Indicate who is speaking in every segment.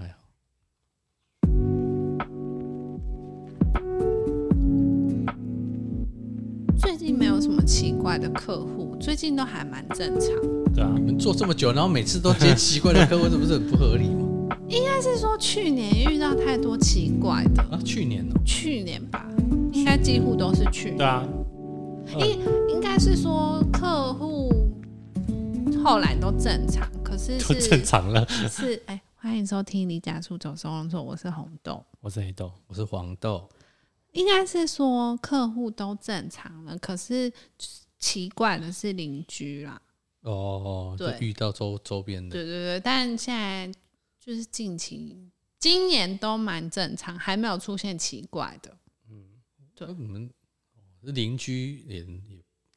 Speaker 1: 哎
Speaker 2: 么奇怪的客户，最近都还蛮正常。
Speaker 1: 对啊，你们做这么久，然后每次都接奇怪的客户，这不是很不合理吗？
Speaker 2: 但是说去年遇到太多奇怪的，
Speaker 1: 啊，去年哦、
Speaker 2: 去年吧，应该几乎都是去年。
Speaker 1: 对啊，
Speaker 2: 应应该是说客户后来都正常，可是
Speaker 1: 就是正常了。
Speaker 2: 是哎、欢迎收听《离家出走收容所》，我是红豆。
Speaker 1: 我是黑豆，我是黄豆，
Speaker 2: 应该是说客户都正常了，可是奇怪的是邻居啦，
Speaker 1: 哦，就
Speaker 2: 对
Speaker 1: 遇到周周边的，
Speaker 2: 对对对，但现在就是近期今年都蛮正常，还没有出现奇怪的，对
Speaker 1: 那你们哦邻居也也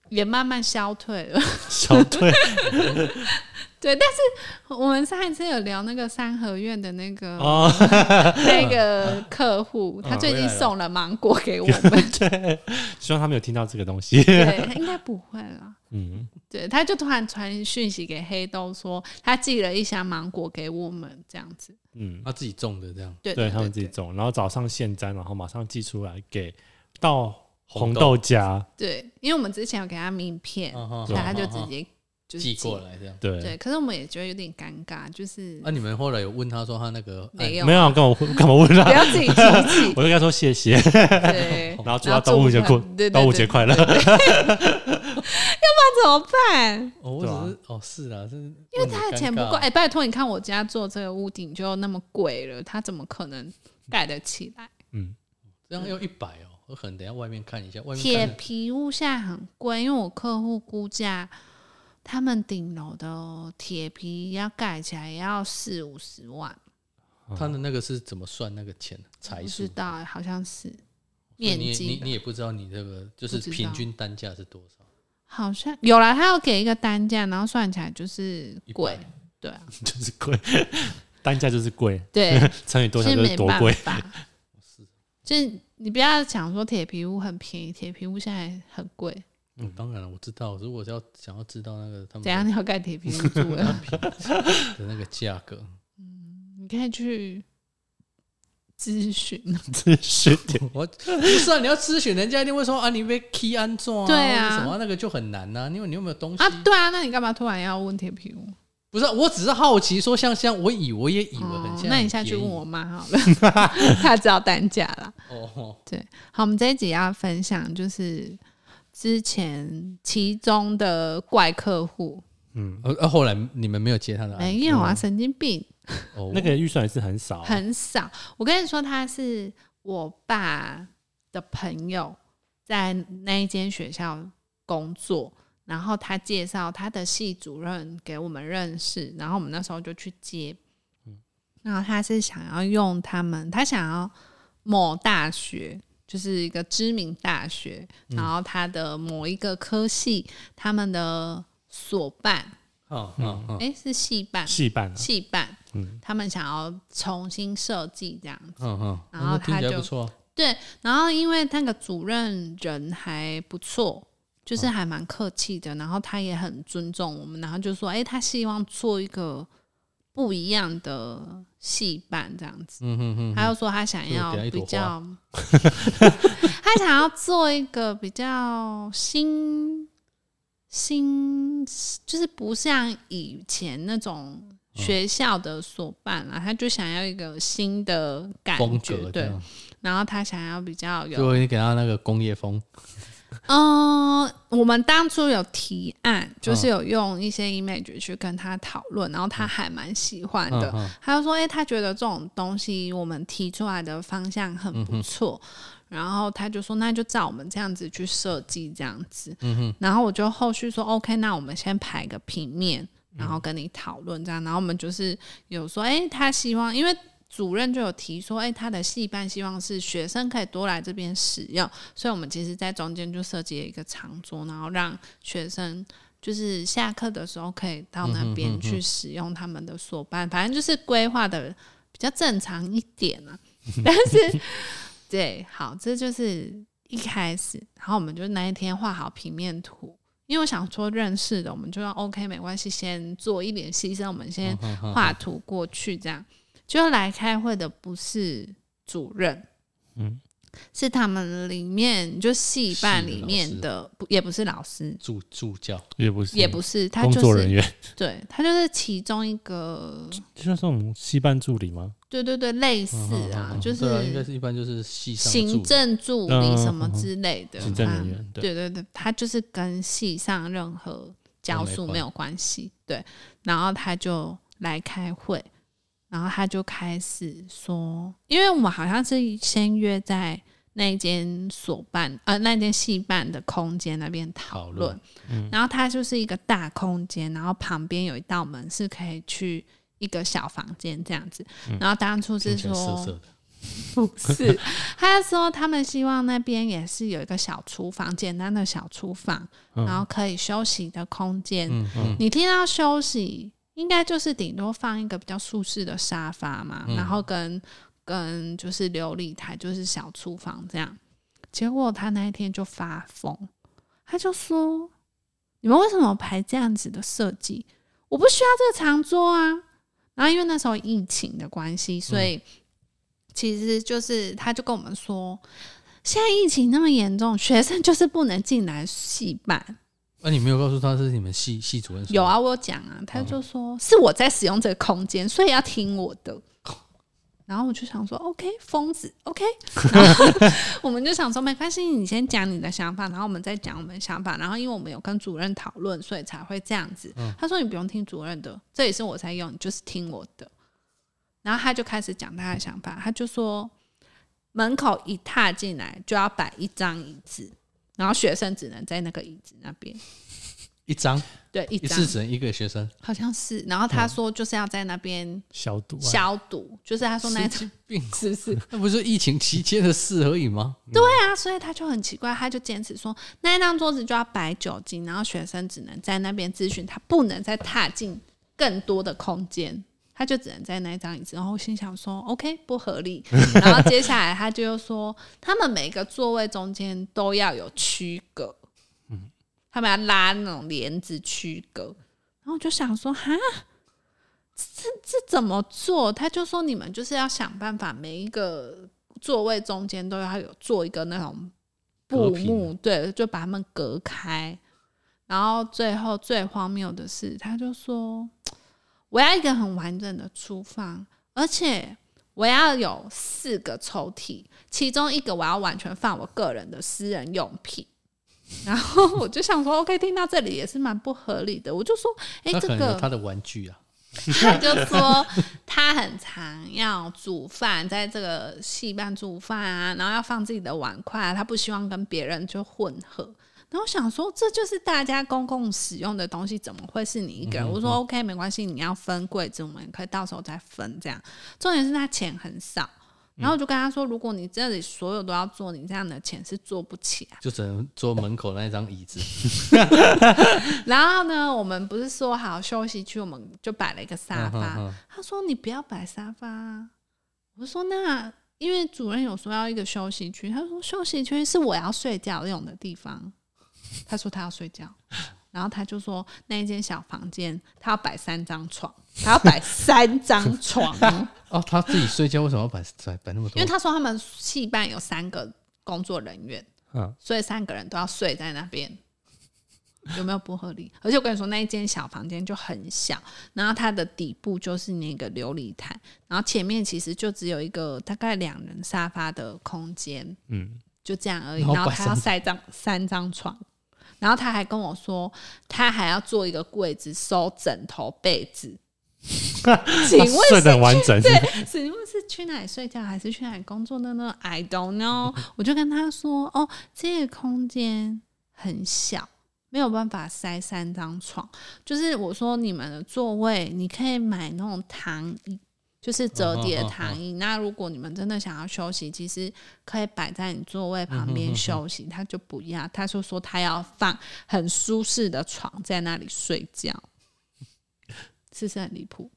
Speaker 2: 也慢慢消退了。
Speaker 1: 小队
Speaker 2: 对，但是我们上一次有聊那个三合院的那个、
Speaker 1: 哦，
Speaker 2: 那个客户，
Speaker 1: 嗯
Speaker 2: 他最近
Speaker 1: 回来了
Speaker 2: 送了芒果给我们，
Speaker 3: 对，希望他没有听到这个东西。
Speaker 2: 对，他应该不会啦。
Speaker 3: 嗯，
Speaker 2: 对，他就突然传讯息给黑豆说，他寄了一箱芒果给我们，这样子。
Speaker 3: 嗯，
Speaker 1: 他自己种的这样，
Speaker 2: 对
Speaker 3: 对
Speaker 2: 对
Speaker 3: 他们自己种，然后早上现摘，然后马上寄出来给到红豆家，
Speaker 2: 对。对，因为我们之前有给他名片，
Speaker 1: 嗯哼
Speaker 2: 所以他就直
Speaker 1: 嗯
Speaker 2: 接就
Speaker 1: 哼
Speaker 2: 是
Speaker 1: 寄过。来这样。
Speaker 3: 对，
Speaker 2: 对，可是我们也觉得有点尴尬，就是
Speaker 1: 啊，你们后来有问他说他那个
Speaker 2: 哎
Speaker 1: 哎
Speaker 2: 没
Speaker 1: 有，
Speaker 2: 有啊
Speaker 3: 没有干啊嘛干嘛 问
Speaker 2: 不
Speaker 3: 他，
Speaker 2: 要自己 提起。
Speaker 3: 我就跟他说谢 谢，
Speaker 2: 对，
Speaker 3: 然后祝
Speaker 2: 然
Speaker 3: 他
Speaker 2: 后
Speaker 3: 端午节
Speaker 2: 祝
Speaker 3: 过
Speaker 2: 他对对对
Speaker 3: 端午节快乐。
Speaker 2: 那怎么办？
Speaker 1: 哦，我只是哦是啦，是因为
Speaker 2: 他的钱不够，哎、拜托，你看我家做这个屋顶就那么贵了，他怎么可能盖得起来？
Speaker 3: 嗯，
Speaker 1: 这样要一百哦，我可能等一下外面看一下，外面
Speaker 2: 铁
Speaker 1: 看的
Speaker 2: 皮屋现在很贵，因为我客户估价，他们顶楼的哦铁皮要盖起来也要四五十万，
Speaker 1: 他的那个是怎么算那个钱
Speaker 2: 不
Speaker 1: 才数
Speaker 2: 知？道、欸，好像是
Speaker 1: 所以
Speaker 2: 面
Speaker 1: 你也你
Speaker 2: 积吧
Speaker 1: 你，也不知道你这个就是
Speaker 2: 不知道
Speaker 1: 平均单价是多少？
Speaker 2: 好像有啦，他要给一个单价，然后算起来就是
Speaker 1: 100
Speaker 2: 贵，对啊，
Speaker 3: 就是贵， 单价就是贵，
Speaker 2: 对，
Speaker 3: 乘以多少
Speaker 2: 是
Speaker 3: 就是
Speaker 2: 没
Speaker 3: 多
Speaker 2: 办
Speaker 3: 贵。
Speaker 2: 法。 就是你不要想说铁皮屋很便宜，铁皮屋现在很贵。
Speaker 1: 嗯，当然了，我知道，如果是要想要知道那个他们
Speaker 2: 怎样？你要盖铁皮屋住 了？
Speaker 1: 的那个价格，
Speaker 2: 你可以去咨询。
Speaker 3: 真是的，
Speaker 1: 我不是啊，你要咨询人家一定会说啊，你被 key 安装啊，
Speaker 2: 对
Speaker 1: 或
Speaker 2: 啊
Speaker 1: 者什么啊那个就很难呐、因为你有没有东西？
Speaker 2: 啊，对啊，那你干嘛突然要问铁皮屋？
Speaker 1: 不是啊、我只是好奇说，像像我以我也以为很
Speaker 2: 哦
Speaker 1: 像、
Speaker 2: 那你下去问我妈好了， 她知道单价啦。
Speaker 1: 哦哦，
Speaker 2: 好，我们这一集要分享就是之前其中的怪客户，
Speaker 3: 嗯，
Speaker 1: 呃、啊，后来你们没有接他的案
Speaker 2: 没有啊，神经病，
Speaker 1: 哦，
Speaker 3: 那个预算也是很少啊，
Speaker 2: 很少。我跟你说，他是我爸的朋友，在那一间学校工作，然后他介绍他的系主任给我们认识，然后我们那时候就去接。然后他是想要用他们，他想要某大学，就是一个知名大学，然后他的某一个科系，他们的所办，
Speaker 1: 嗯嗯嗯
Speaker 2: 诶，是系办，
Speaker 3: 戏办啊，
Speaker 2: 戏办，
Speaker 3: 嗯
Speaker 2: 他们想要重新设计这样子。
Speaker 1: 嗯嗯，
Speaker 2: 然后
Speaker 1: 那听
Speaker 2: 他
Speaker 1: 起来
Speaker 2: 就
Speaker 1: 不错啊，
Speaker 2: 对，然后因为那个主任人还不错，就是还蛮客气的，然后他也很尊重我们，然后就说，哎、他希望做一个不一样的戏办这样子。
Speaker 1: 嗯嗯嗯，
Speaker 2: 他又说他想要
Speaker 1: 就给他一朵
Speaker 2: 比
Speaker 1: 花
Speaker 2: 较， 他想要做一个比较新新，就是不像以前那种学校的所办啦，他就想要一个新的感
Speaker 1: 风
Speaker 2: 觉，
Speaker 1: 格这
Speaker 2: 对。
Speaker 1: 样，
Speaker 2: 然后他想要比较有，
Speaker 1: 就你给他那个工业风，
Speaker 2: 嗯，我们当初有提案，就是有用一
Speaker 1: 嗯
Speaker 2: 些 image 去跟他讨论，然后他还蛮喜欢的。
Speaker 1: 嗯嗯
Speaker 2: 他就说：“哎、他觉得这种东西我们提出来的方向很不
Speaker 1: 嗯
Speaker 2: 错。然后他就说：“那就照我们这样子去设计，这样子。
Speaker 1: 嗯
Speaker 2: 然后我就后续说：“OK，那我们先排个平面，
Speaker 1: 嗯
Speaker 2: 然后跟你讨论这样。然后我们就是有说：“哎、他希望因为。”主任就有提说，哎、他的戏班希望是学生可以多来这边使用，所以我们其实在中间就设计了一个长桌，然后让学生就是下课的时候可以到那边去使用他们的所办，反正就是规划的比较正常一点啊。但是，对，好，这就是一开始，然后我们就那一天画好平面图，因为我想说认识的，我们就要 OK 没关系，先做一点牺牲，我们先画图过去，这样就来开会的不是主任，
Speaker 3: 嗯，
Speaker 2: 是他们里面就戏办里面的，不也不是老师，
Speaker 1: 助助教
Speaker 3: 也不是，
Speaker 2: 也不是，他
Speaker 3: 工
Speaker 2: 就
Speaker 3: 作人
Speaker 2: 是
Speaker 3: 员，
Speaker 2: 对他就是其中一个，
Speaker 3: 就像这种戏班助理吗？
Speaker 2: 对对对，类似啊，就
Speaker 1: 对啊，应该
Speaker 2: 是
Speaker 1: 是一般就是系上
Speaker 2: 行
Speaker 1: 助理
Speaker 2: 政助嗯理什么之类的，
Speaker 3: 行政
Speaker 2: 啊
Speaker 3: 人员，对，
Speaker 2: 对对对，他就是跟系上任何教
Speaker 1: 都没
Speaker 2: 书
Speaker 1: 关
Speaker 2: 没有关系。对，然后他就来开会，然后他就开始说，因为我们好像是先约在那一间所办呃那间系办的空间那边讨
Speaker 1: 讨
Speaker 2: 论
Speaker 1: 论，嗯
Speaker 2: 然后它就是一个大空间，然后旁边有一道门是可以去。一个小房间这样子，然后当初是
Speaker 1: 嗯听起
Speaker 2: 说
Speaker 1: 来涩涩的，
Speaker 2: 不是，他说他们希望那边也是有一个小厨房，简单的小厨房，然后可以休息的空间。
Speaker 1: 嗯嗯，
Speaker 2: 你听到休息，应该就是顶多放一个比较舒适的沙发嘛，然后跟跟就是琉璃台，就是小厨房这样。结果他那一天就发疯，他就说：“你们为什么排这样子的设计？我不需要这个长桌啊！”然后因为那时候疫情的关系，所以其实就是他就跟我们说，现在疫情那么严重，学生就是不能进来戏班。
Speaker 1: 那、你没有告诉他是你们系系主任说的
Speaker 2: 有，啊，我有讲啊，他就说、是我在使用这个空间，所以要听我的。然后我就想说，OK，疯子，OK，然后我们就想说没关系，你先讲你的想法，然后我们再讲我们的想法。然后因为我们有跟主任讨论，所以才会这样子。他说你不用听主任的，这也是我在用，你就是听我的。然后他就开始讲他的想法，他就说门口一踏进来就要摆一张椅子，然后学生只能在那个椅子那边，
Speaker 1: 一张
Speaker 2: 对，一
Speaker 1: 一
Speaker 2: 张
Speaker 1: 次只能一个学生，
Speaker 2: 好像是。然后他说就是要在那边
Speaker 3: 消毒啊，
Speaker 2: 消毒，就是他说那
Speaker 1: 神
Speaker 2: 种
Speaker 1: 经病，
Speaker 2: 是不是？
Speaker 1: 那不是疫情期间的事而已吗？
Speaker 2: 对啊，所以他就很奇怪，他就坚持说那一张桌子就要摆酒精，然后学生只能在那边咨询，他不能再踏进更多的空间。他就只能在那一张椅子，然后我心想说，OK，不合理。然后接下来他就又说，他们每个座位中间都要有区隔，嗯，他们要拉那种帘子区隔。然后我就想说，哈，这这怎么做？他就说你们就是要想办法，每一个座位中间都要有做一个那种布
Speaker 1: 隔
Speaker 2: 幕，
Speaker 1: 屏
Speaker 2: 对，就把他们隔开。然后最后最荒谬的是，他就说我要一个很完整的厨房，而且我要有四个抽屉，其中一个我要完全放我个人的私人用品。 然后我就想说，OK，听到这里也是蛮不合理的。我就说，哎、
Speaker 1: 他
Speaker 2: 这
Speaker 1: 可能有
Speaker 2: 个
Speaker 1: 他的玩具啊，
Speaker 2: 他就说他很常要煮饭，啊在这个戏班煮饭啊，然后要放自己的碗筷啊、他不希望跟别人就混合。然后我想说，这就是大家公共使用的东西，怎么会是你一个人？我说 OK，没关系，你要分柜子，我们可以到时候再分这样。重点是他钱很少，然后我就跟他说，如果你这里所有都要做，你这样的钱是做不起来。
Speaker 1: 就只能坐门口那一张椅子，
Speaker 2: 然后呢，我们不是说好休息区，我们就摆了一个沙发。他说：“你不要摆沙发、啊。”我说：“那因为主任有说要一个休息区。”他说：“休息区是我要睡觉用的地方。”他说他要睡觉，然后他就说那一间小房间他要摆三张床，他要摆三张床哦，
Speaker 1: 哦，他自己睡觉为什么要摆摆摆那么
Speaker 2: 因
Speaker 1: 多
Speaker 2: 为？他说他们戏班有三个工作人员，
Speaker 3: 嗯，
Speaker 2: 所以三个人都要睡在那边，有没有不合理？而且我跟你说，那一间小房间就很小，然后它的底部就是那个琉璃台，然后前面其实就只有一个大概两人沙发的空间，
Speaker 3: 嗯，
Speaker 2: 就这样而已。
Speaker 1: 然后
Speaker 2: 然后
Speaker 1: 摆
Speaker 2: 他
Speaker 1: 三
Speaker 2: 要塞张三张床，然后他还跟我说，他还要做一个柜子收枕头被 子。请问
Speaker 3: 啊睡得很完整，
Speaker 2: 请问是去哪里睡觉，还是去哪里工作的呢？I don't know。我就跟他说，哦，这个空间很小，没有办法塞三张床。就是我说你们的座位，你可以买那种躺椅，就是折叠的躺椅。那如果你们真的想要休息，其实可以摆在你座位旁边休息。他就不要，他就说他要放很舒适的床在那里睡觉，是不是很离谱？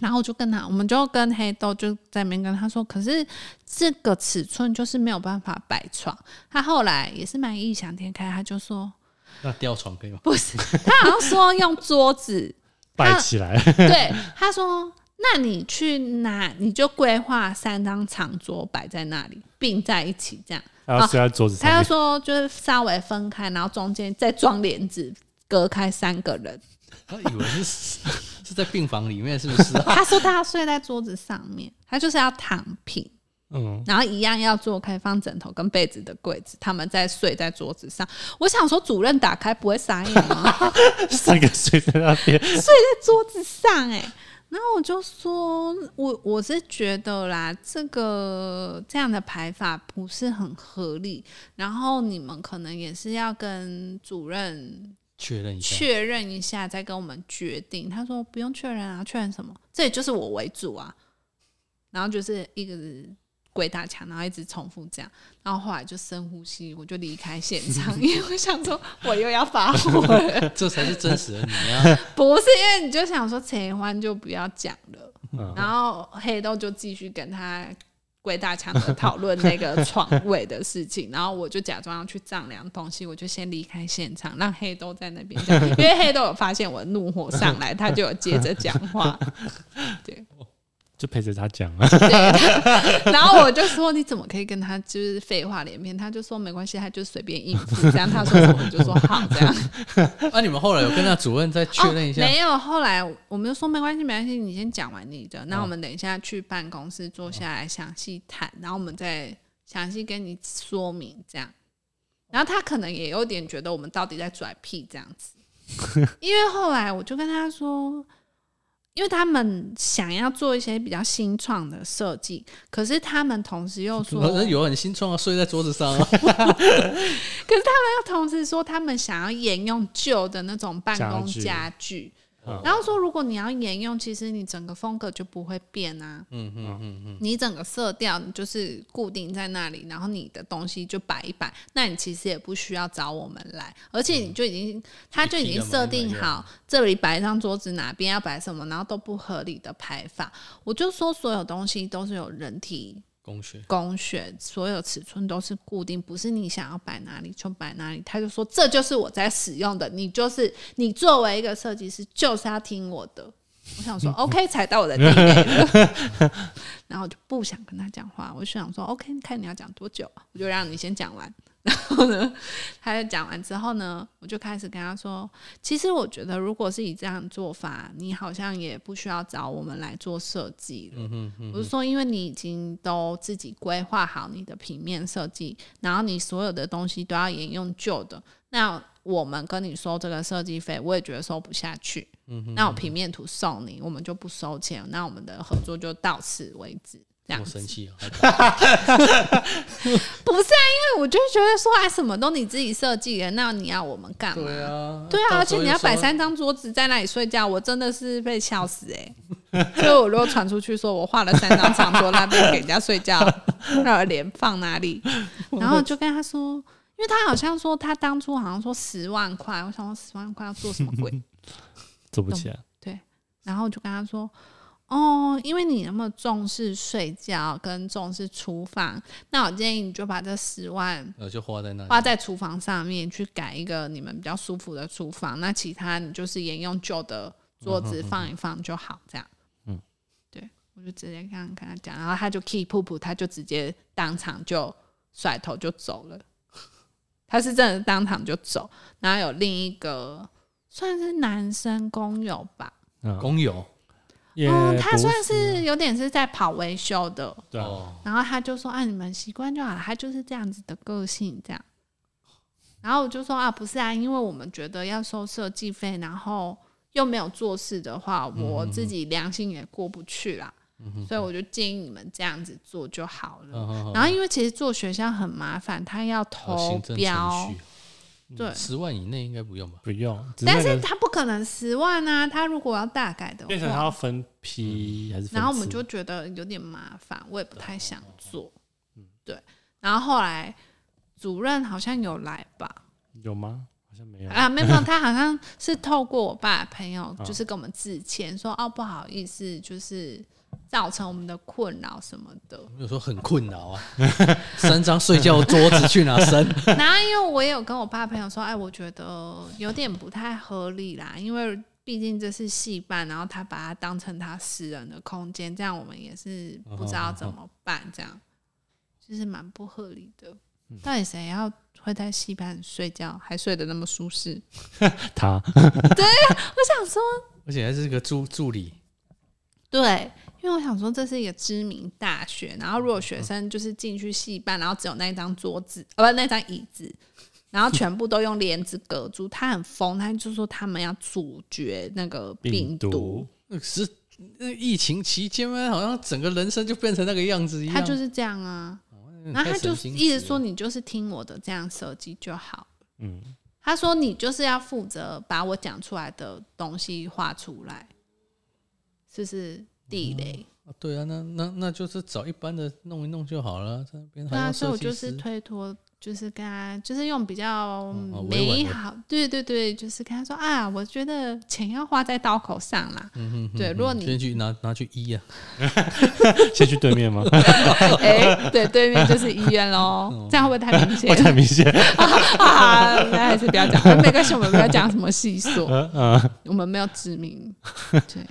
Speaker 2: 然后我就跟他，我们就跟黑豆就在那边跟他说，可是这个尺寸就是没有办法摆床。他后来也是蛮异想天开，他就说
Speaker 1: 那吊床可以吗？
Speaker 2: 不是，他好像说用桌子，
Speaker 3: 摆起来，
Speaker 2: 对，他说那你去拿，你就规划三张长桌摆在那里，并在一起这样。
Speaker 3: 然后睡在桌子
Speaker 2: 哦
Speaker 3: 上
Speaker 2: 他
Speaker 3: 面
Speaker 2: 就，说，就是稍微分开，然后中间再装帘子，隔开三个人。
Speaker 1: 他以为是 是在病房里面，是不是啊？
Speaker 2: 他说他要睡在桌子上面，他就是要躺平，
Speaker 3: 嗯，
Speaker 2: 然后一样要做开放枕头跟被子的柜子，他们在睡在桌子上。我想说，主任打开不会傻眼吗？
Speaker 3: 三个睡在那边，
Speaker 2: 在桌子上哎、然后我就说，我我是觉得啦，这个这样的排法不是很合理，然后你们可能也是要跟主任
Speaker 1: 确认一下，
Speaker 2: 确认一下，再跟我们决定。他说不用确认啊，确认什么？这也就是我为主啊。然后就是一直鬼打墙，然后一直重复这样，然后后来就深呼吸，我就离开现场，因为我想说我又要发火了。
Speaker 1: 这才是真实的你啊！
Speaker 2: 不是因为你就想说陈欢就不要讲了，
Speaker 3: 嗯
Speaker 2: 然后黑豆就继续跟他鬼打墙的讨论那个床位的事情，然后我就假装要去丈量东西，我就先离开现场，让黑豆在那边讲，因为黑豆有发现我怒火上来，他就有接着讲话，对，
Speaker 3: 就陪着他讲啊，
Speaker 2: 然后我就说你怎么可以跟他就是废话连篇？他就说没关系，他就随便应付这样，他说什么我就说好这样。
Speaker 1: 啊，你们后来有跟那主任再确认一下
Speaker 2: 哦。？没有，后来我们就说没关系，没关系，你先讲完你的，那我们等一下去办公室坐下来详细谈，然后我们再详细跟你说明这样。然后他可能也有点觉得我们到底在拽屁这样 子，因为后来我就跟他说，因为他们想要做一些比较新创的设计，可是他们同时又说，
Speaker 1: 那有很新创啊，睡在桌子上啊，
Speaker 2: 可是他们又同时说，他们想要沿用旧的那种办公
Speaker 3: 家具
Speaker 2: 家具，
Speaker 3: 嗯
Speaker 2: 然后说如果你要沿用，其实你整个风格就不会变啊，
Speaker 1: 嗯嗯嗯嗯，
Speaker 2: 你整个色调你就是固定在那里，然后你的东西就摆一摆，那你其实也不需要找我们来，而且
Speaker 3: 嗯
Speaker 2: 你就已经、他就已经设定好这里摆一张桌子，哪边要摆什么，然后都不合理的排法。我就说所有东西都是有人体
Speaker 1: 工学
Speaker 2: 工学，所有尺寸都是固定，不是你想要摆哪里就摆哪里。他就说这就是我在使用的，你就是你作为一个设计师就是要听我的。我想说 OK，踩到我的地雷了， 然后我就不想跟他讲话，我就想说 OK，看你要讲多久，我就让你先讲完。然后呢， 他就讲完之后呢，我就开始跟他说，其实我觉得如果是以这样做法，你好像也不需要找我们来做设计了。我是说，因为你已经都自己规划好你的平面设计，然后你所有的东西都要沿用旧的，那我们跟你收这个设计费，我也觉得收不下去。那我平面图送你，我们就不收钱，那我们的合作就到此为止。这样
Speaker 1: 我
Speaker 2: 子
Speaker 1: 生气啊！
Speaker 2: 不是啊，因为我就觉得说啊，什么都你自己设计的，那你要我们干嘛？
Speaker 1: 对啊，
Speaker 2: 对啊，而
Speaker 1: 到时
Speaker 2: 且
Speaker 1: 候
Speaker 2: 你要
Speaker 1: 就
Speaker 2: 摆
Speaker 1: 说
Speaker 2: 三张桌子在那里睡觉，我真的是被笑死哎、 所以我如果传出去说我画了三张长桌那边给人家睡觉，那我脸放哪 里？然后就跟他说，因为他好像说他当初好像说十万块，我想说十万块要做什么 鬼？
Speaker 3: 做不起来，
Speaker 2: 对，然后我就跟他说。哦，因为你那么重视睡觉跟重视厨房，那我建议你就把这十万
Speaker 1: 呃，就花在那里，
Speaker 2: 花在厨房上面去改一个你们比较舒服的厨房，那其他你就是沿用旧的桌子放一放就好，这样。
Speaker 3: 嗯，
Speaker 2: 对，我就直接跟他跟他讲，然后他就 keep 噗噗，他就直接当场就甩头就走了。他是真的当场就走，然后有另一个算是男生工友吧，
Speaker 3: 嗯，
Speaker 1: 工友
Speaker 3: 也
Speaker 2: 嗯，他
Speaker 3: 不啊
Speaker 2: 算是有点是在跑维修的，
Speaker 3: 对啊，
Speaker 1: 哦，
Speaker 2: 然后他就说：“啊，你们习惯就好，他就是这样子的个性，这样。”然后我就说：“啊，不是啊，因为我们觉得要收设计费，然后又没有做事的话，我自己良心也过不去啦，所以我就建议你们这样子做就好了。
Speaker 1: 嗯嗯嗯
Speaker 2: 然后因为其实做学校很麻烦，他要
Speaker 1: 还有
Speaker 2: 投
Speaker 1: 行政
Speaker 2: 标
Speaker 1: 程，序，嗯
Speaker 2: 对，
Speaker 1: 十万以内应该不用吧？
Speaker 3: 不用，只
Speaker 2: 但
Speaker 3: 那
Speaker 2: 是
Speaker 3: 个
Speaker 2: 他不可能十万啊，他如果要大改的
Speaker 3: 变成他
Speaker 2: 话，
Speaker 3: 要分批还是分次？
Speaker 2: 然后我们就觉得有点麻烦，我也不太想做。
Speaker 3: 嗯
Speaker 2: 对。然后后来主任好像有来吧，
Speaker 3: 有吗？好像没有，
Speaker 2: 啊，没有，没有他好像是透过我爸的朋
Speaker 3: 嗯
Speaker 2: 友，就是跟我们致歉，说哦不好意思，就是造成我们的困扰什么的。
Speaker 1: 有时候很困扰啊， 三张睡觉桌子去哪生？
Speaker 2: 然后因为我也有跟我爸朋友说，哎，我觉得有点不太合理啦，因为毕竟这是戏办，然后他把它当成他私人的空间，这样我们也是不知道怎么办，这样就是蛮不合理的。到底谁要会在戏办睡觉，还睡得那么舒适？
Speaker 3: 他
Speaker 2: 我想说，
Speaker 1: 而且还是个助助理，
Speaker 2: 对，因为我想说这是一个知名大学，然后如果学生就是进去戏班，然后只有那一张桌子，呃，不，那张椅子，然后全部都用帘子隔住，他很疯，他就说他们要阻绝那个病毒，
Speaker 3: 毒
Speaker 1: 那是那疫情期间嘛，好像整个人生就变成那个样子一样。
Speaker 2: 他就是这样啊，
Speaker 1: 嗯
Speaker 2: 然后他
Speaker 1: 太
Speaker 2: 就
Speaker 1: 神经
Speaker 2: 一直
Speaker 1: 质
Speaker 2: 说
Speaker 1: 了
Speaker 2: 你就是听我的这样设计就好。
Speaker 3: 嗯，
Speaker 2: 他说：“你就是要负责把我讲出来的东西画出来，是不是地雷？
Speaker 1: 啊对啊，那那那就是找一般的弄一弄就好了，在那边还
Speaker 2: 对
Speaker 1: 要
Speaker 2: 啊，所以
Speaker 1: 设
Speaker 2: 我
Speaker 1: 计
Speaker 2: 就是
Speaker 1: 师。
Speaker 2: 推脱，就是跟他，就是用比较
Speaker 1: 嗯哦委婉
Speaker 2: 美
Speaker 1: 的
Speaker 2: 好，对对对，就是跟他说啊，我觉得钱要花在刀口上啦。
Speaker 1: 嗯哼哼
Speaker 2: 对如果
Speaker 1: 哼
Speaker 2: 你
Speaker 1: 先去拿拿去医啊，
Speaker 3: 先去对 面吗？
Speaker 2: 哎、对，对面就是医院
Speaker 1: 哦
Speaker 2: 喽，这样会不会太明
Speaker 3: 我哦太
Speaker 2: 显？
Speaker 3: 明显，
Speaker 2: 啊，那还是不要讲，没关系，我们不要讲什么细说，
Speaker 3: 嗯嗯
Speaker 2: 我们没有指名，对，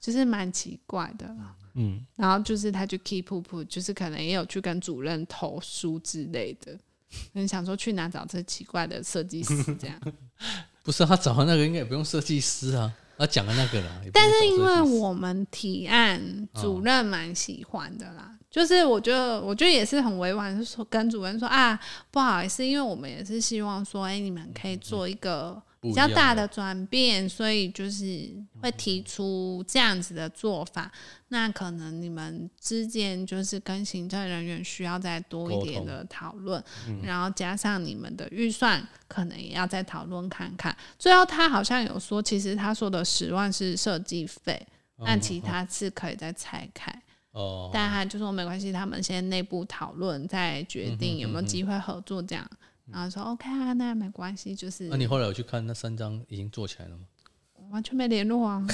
Speaker 2: 就是蛮奇怪的啦。
Speaker 3: 嗯，
Speaker 2: 然后就是他去 keep up，就是可能也有去跟主任投书之类的，很想说去哪找这奇怪的设计师这样。
Speaker 1: 不是他找的那个应该也不用设计师啊，他讲的那个啦。也不用
Speaker 2: 但
Speaker 1: 找
Speaker 2: 是因
Speaker 1: 设
Speaker 2: 为
Speaker 1: 计师
Speaker 2: 我们提案，主任蛮喜欢的啦。就是我觉得，我觉得也是很委婉，是说跟主任说啊，不好意思，因为我们也是希望说，哎、你们可以做一个
Speaker 1: 不
Speaker 2: 比
Speaker 1: 一
Speaker 2: 较
Speaker 1: 样
Speaker 2: 大的转变，所以就是会提出这样子的做法。那可能你们之间就是跟行政人员需要再多一点的讨论，
Speaker 1: 嗯
Speaker 2: 然后加上你们的预算，可能也要再讨论看看。最后他好像有说，其实他说的十万是设计费，那其他是可以再拆开。
Speaker 1: 哦，
Speaker 2: 但他就说没关系，他们先内部讨论，再
Speaker 1: 嗯
Speaker 2: 决定有没有机会合作这样。然后说 OK 啊，那没关系，就是
Speaker 1: 啊那你后来有去看那三张已经做起来了吗？
Speaker 2: 我完全没联络啊，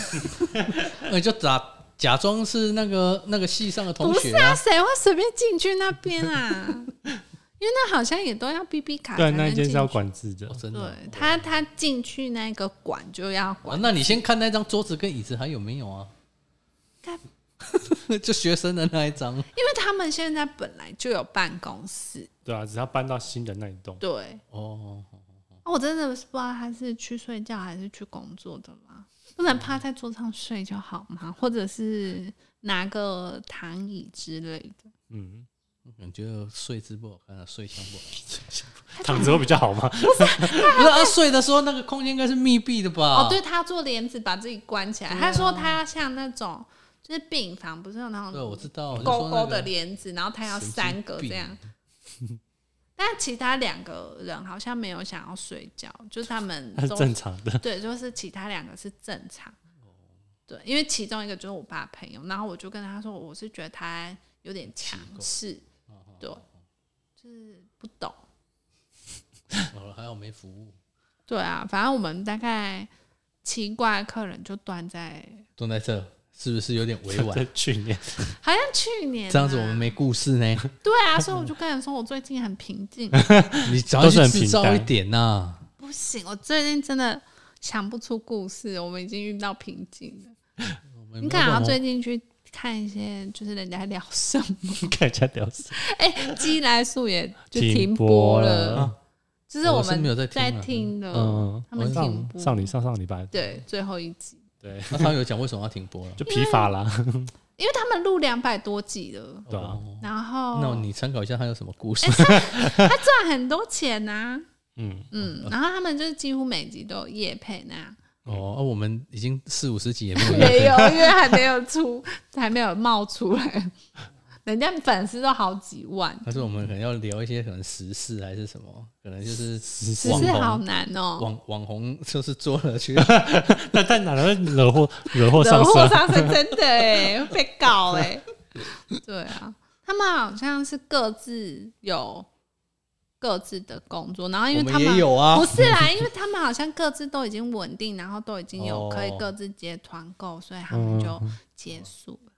Speaker 1: 那你就假假装是那个那个系上的同
Speaker 2: 不
Speaker 1: 学
Speaker 2: 是啊，谁会随便进去那边啊？因为那好像也都要 B B 卡
Speaker 3: 对，啊
Speaker 2: 才
Speaker 3: 那
Speaker 2: 能
Speaker 3: 一
Speaker 2: 进
Speaker 3: 间
Speaker 2: 去
Speaker 3: 是。要管制的
Speaker 1: 哦，真的
Speaker 2: 啊对
Speaker 1: 哦。
Speaker 2: 他，他进去那个馆就要
Speaker 1: 啊
Speaker 2: 管，
Speaker 1: 那你先看那张桌子跟椅子还有没有啊？
Speaker 2: 看，
Speaker 1: 就学生的那一张，
Speaker 2: 因为他们现在本来就有办公室。
Speaker 3: 对啊，只要搬到新的那一栋，
Speaker 2: 对，
Speaker 1: 哦，
Speaker 2: 我真的是不知道他是去睡觉还是去工作的啦。不能趴在桌上睡就好吗？或者是拿个躺椅之类的。
Speaker 3: 嗯，
Speaker 1: 感觉睡姿不好看啊，睡相不好看。
Speaker 3: 躺着会比较好吗？
Speaker 1: 不是啊，睡的时候那个空间应该是密闭的吧？
Speaker 2: 哦，对，他做帘子把自己关起来。他说他要像那种就是病房，不是有那
Speaker 1: 对，
Speaker 2: 种
Speaker 1: 哦我知道，我就
Speaker 2: 勾
Speaker 1: 说
Speaker 2: 勾
Speaker 1: 那
Speaker 2: 的
Speaker 1: 个
Speaker 2: 帘子，然后他要
Speaker 1: 神经
Speaker 2: 三个这
Speaker 1: 病
Speaker 2: 样。但其他两个人好像没有想要睡觉，就是 他们
Speaker 3: 那是
Speaker 2: 都
Speaker 3: 正常 的，
Speaker 2: 对，就是其他两个是正常。
Speaker 1: 哦
Speaker 2: 对，因为其中一个就是我爸朋友，然后我就跟他说，我是觉得他有点强势，
Speaker 1: 哦
Speaker 2: 对，就是不懂。
Speaker 1: 好哦了，还好没服务，
Speaker 2: 对啊，反正我们大概奇怪的客人就断在，
Speaker 1: 坐在这是不是有点委 婉？
Speaker 3: 在去年
Speaker 2: 好像去年、啊
Speaker 1: 这样子我们。没故事 呢，
Speaker 2: 对 啊，所以我就跟人说，我最近很平静，啊
Speaker 1: 你早
Speaker 3: 都是
Speaker 1: 去
Speaker 3: 很
Speaker 1: 制
Speaker 3: 平
Speaker 1: 造
Speaker 3: 淡
Speaker 1: 一点呐。
Speaker 2: 不行，我最近真的想不出故事，我们已经遇到瓶颈
Speaker 3: 嗯
Speaker 2: 了。
Speaker 1: 我们没
Speaker 2: 你
Speaker 1: 有
Speaker 2: 看啊，
Speaker 1: 办法
Speaker 2: 最近去看一些，就是人家聊什么。
Speaker 3: 看人家聊死，
Speaker 2: 哎、鸡来素也就
Speaker 3: 停
Speaker 2: 停
Speaker 3: 播
Speaker 2: 播
Speaker 3: 了啊
Speaker 2: 了，就是
Speaker 1: 我
Speaker 2: 我
Speaker 1: 是没有在
Speaker 2: 们
Speaker 1: 听啊
Speaker 2: 听的，
Speaker 3: 嗯
Speaker 2: 他们停
Speaker 3: 上
Speaker 2: 播
Speaker 3: 上礼上上礼拜，
Speaker 2: 对最后一集，
Speaker 3: 对，
Speaker 1: 那他有讲为什么要停播了？
Speaker 3: 就疲乏啦，
Speaker 2: 因为他们录两百多集了，
Speaker 3: 对啊，
Speaker 1: 哦
Speaker 2: 然后
Speaker 1: 那你参考一下他有什么 故事？
Speaker 2: 他赚很多钱呐、
Speaker 3: 嗯，
Speaker 2: 嗯，然后他们就是几乎每集都有夜配那样，
Speaker 1: 哦，啊我们已经四五十集也没有
Speaker 2: 没有，因为还没有出，还没有冒出来，人家粉丝都好几万，
Speaker 1: 但是我们可能要聊一些可能时事还是什么，可能就是
Speaker 2: 只
Speaker 1: 网
Speaker 2: 是好
Speaker 1: 红
Speaker 2: 难哦、
Speaker 1: 网网红就是做了 去
Speaker 3: 那太难了，会惹祸惹祸
Speaker 2: 惹
Speaker 3: 上
Speaker 2: 祸
Speaker 3: 身，啊
Speaker 2: 上身真的哎、会被搞哎、对啊，他们好像是各自有各自的工作，然后因为
Speaker 1: 我
Speaker 2: 他
Speaker 1: 们
Speaker 2: 们
Speaker 1: 也有啊
Speaker 2: 不，是啦，因为他们好像各自都已经稳定，然后都已经有
Speaker 1: 哦哦
Speaker 2: 可以各自接团购，所以他们就结束了。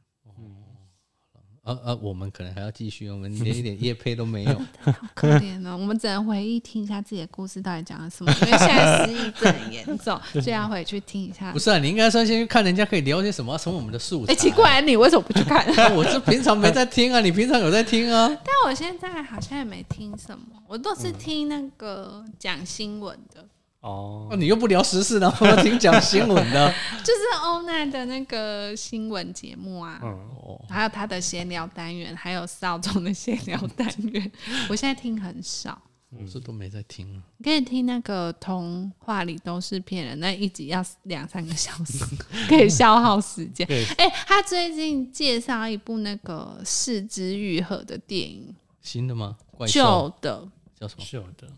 Speaker 1: 呃呃，我们可能还要继续，我们连一点业配都没有。
Speaker 2: 好可怜哦，我们只能回忆听一下自己的故事到底讲了什么，因为现在失忆症很严重，所以要回去听一下
Speaker 1: 不。是啊，你应该先去看人家可以聊些什么，啊从我们的素材。
Speaker 2: 哎、奇，怪，你为什么不去看？
Speaker 1: 我这平常没在听啊， 你平常有在听啊？
Speaker 2: 但我现在好像也没听什么，我都是听那个讲新闻的，
Speaker 3: 哦
Speaker 1: 哦，你又不聊时事，然后听讲新闻 的。
Speaker 2: 就是欧奈的那个新闻节目啊。
Speaker 3: 嗯，
Speaker 1: 哦，
Speaker 2: 还有他的闲聊单元，还有少中的闲聊单元，我现在听很少。
Speaker 1: 我是都没在听啊。
Speaker 2: 你可以听那个童话里都是骗人，那一集要两三个小时，可以消耗时间。
Speaker 3: 对，
Speaker 2: 哎、他最近介绍一部那个《四肢愈合》的电影，
Speaker 1: 新的吗？怪兽
Speaker 2: 旧的，
Speaker 1: 叫什么？
Speaker 3: 是有的。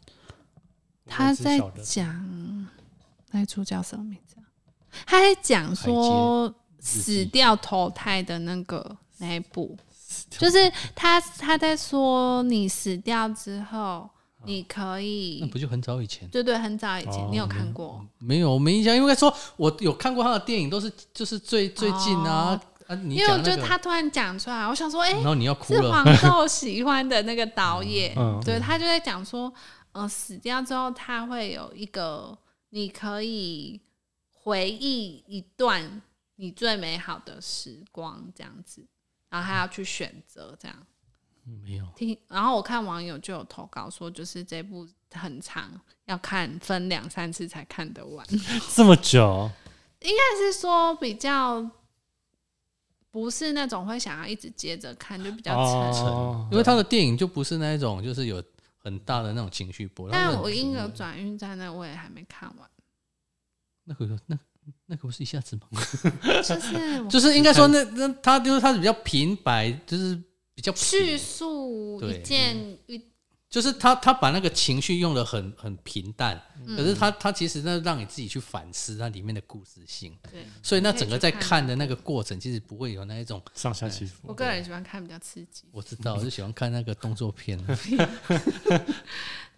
Speaker 2: 他
Speaker 3: 我只
Speaker 2: 在
Speaker 3: 晓得
Speaker 2: 讲那出叫什么名字啊、他在讲说死掉投胎的那个那一部，就是他他在说你死掉之后，你可
Speaker 1: 嗯那
Speaker 2: 以
Speaker 1: 不就很早以前？
Speaker 2: 对对，很早以前、
Speaker 3: 哦
Speaker 2: 你有看过？
Speaker 1: 没有，我没印象。应该说，我有看过他的电影，都是就是最最近啊啊！你
Speaker 2: 哦因为我
Speaker 1: 讲
Speaker 2: 就
Speaker 1: 那
Speaker 2: 他
Speaker 1: 个，
Speaker 2: 突然讲出来，我想说，哎、
Speaker 1: 然后你要哭
Speaker 2: 是
Speaker 1: 了，
Speaker 2: 黄豆喜欢的那个导演，
Speaker 3: 嗯
Speaker 2: 对他就在讲说，呃，死掉之后他会有一个，你可以回忆一段你最美好的时光这样子，然后他要去选择这样
Speaker 1: 嗯没有。
Speaker 2: 听。然后我看网友就有投稿说，就是这部很长，要看分两三次才看得完，
Speaker 3: 这么久，哦
Speaker 2: 但是说比较。不是那种会想要一直接着看，就比较沉
Speaker 3: 哦
Speaker 1: 因为他的电影就不是那一种，就是有很大的那种情绪波。
Speaker 2: 但
Speaker 1: 它
Speaker 2: 我
Speaker 1: 那
Speaker 2: 婴儿转运站那我也还没看 完，
Speaker 1: 那个那那个不是一下子 吗？
Speaker 2: 就是我
Speaker 1: 就是应该说那那他就是他比较平白，就是比较
Speaker 2: 叙
Speaker 1: 平，
Speaker 2: 述
Speaker 1: 对嗯
Speaker 2: 一件一
Speaker 1: 就是他他把那个情绪用的很很平淡，
Speaker 2: 嗯
Speaker 1: 可是他他其实那让你自己去反思它里面的故事性，
Speaker 2: 对，
Speaker 1: 所以那整个在
Speaker 2: 嗯可以去看
Speaker 1: 看的那个过程，其实不会有那一种
Speaker 3: 上下起伏。
Speaker 2: 我个人喜欢看比较刺激。
Speaker 1: 我知道，我就喜欢看那个动作片，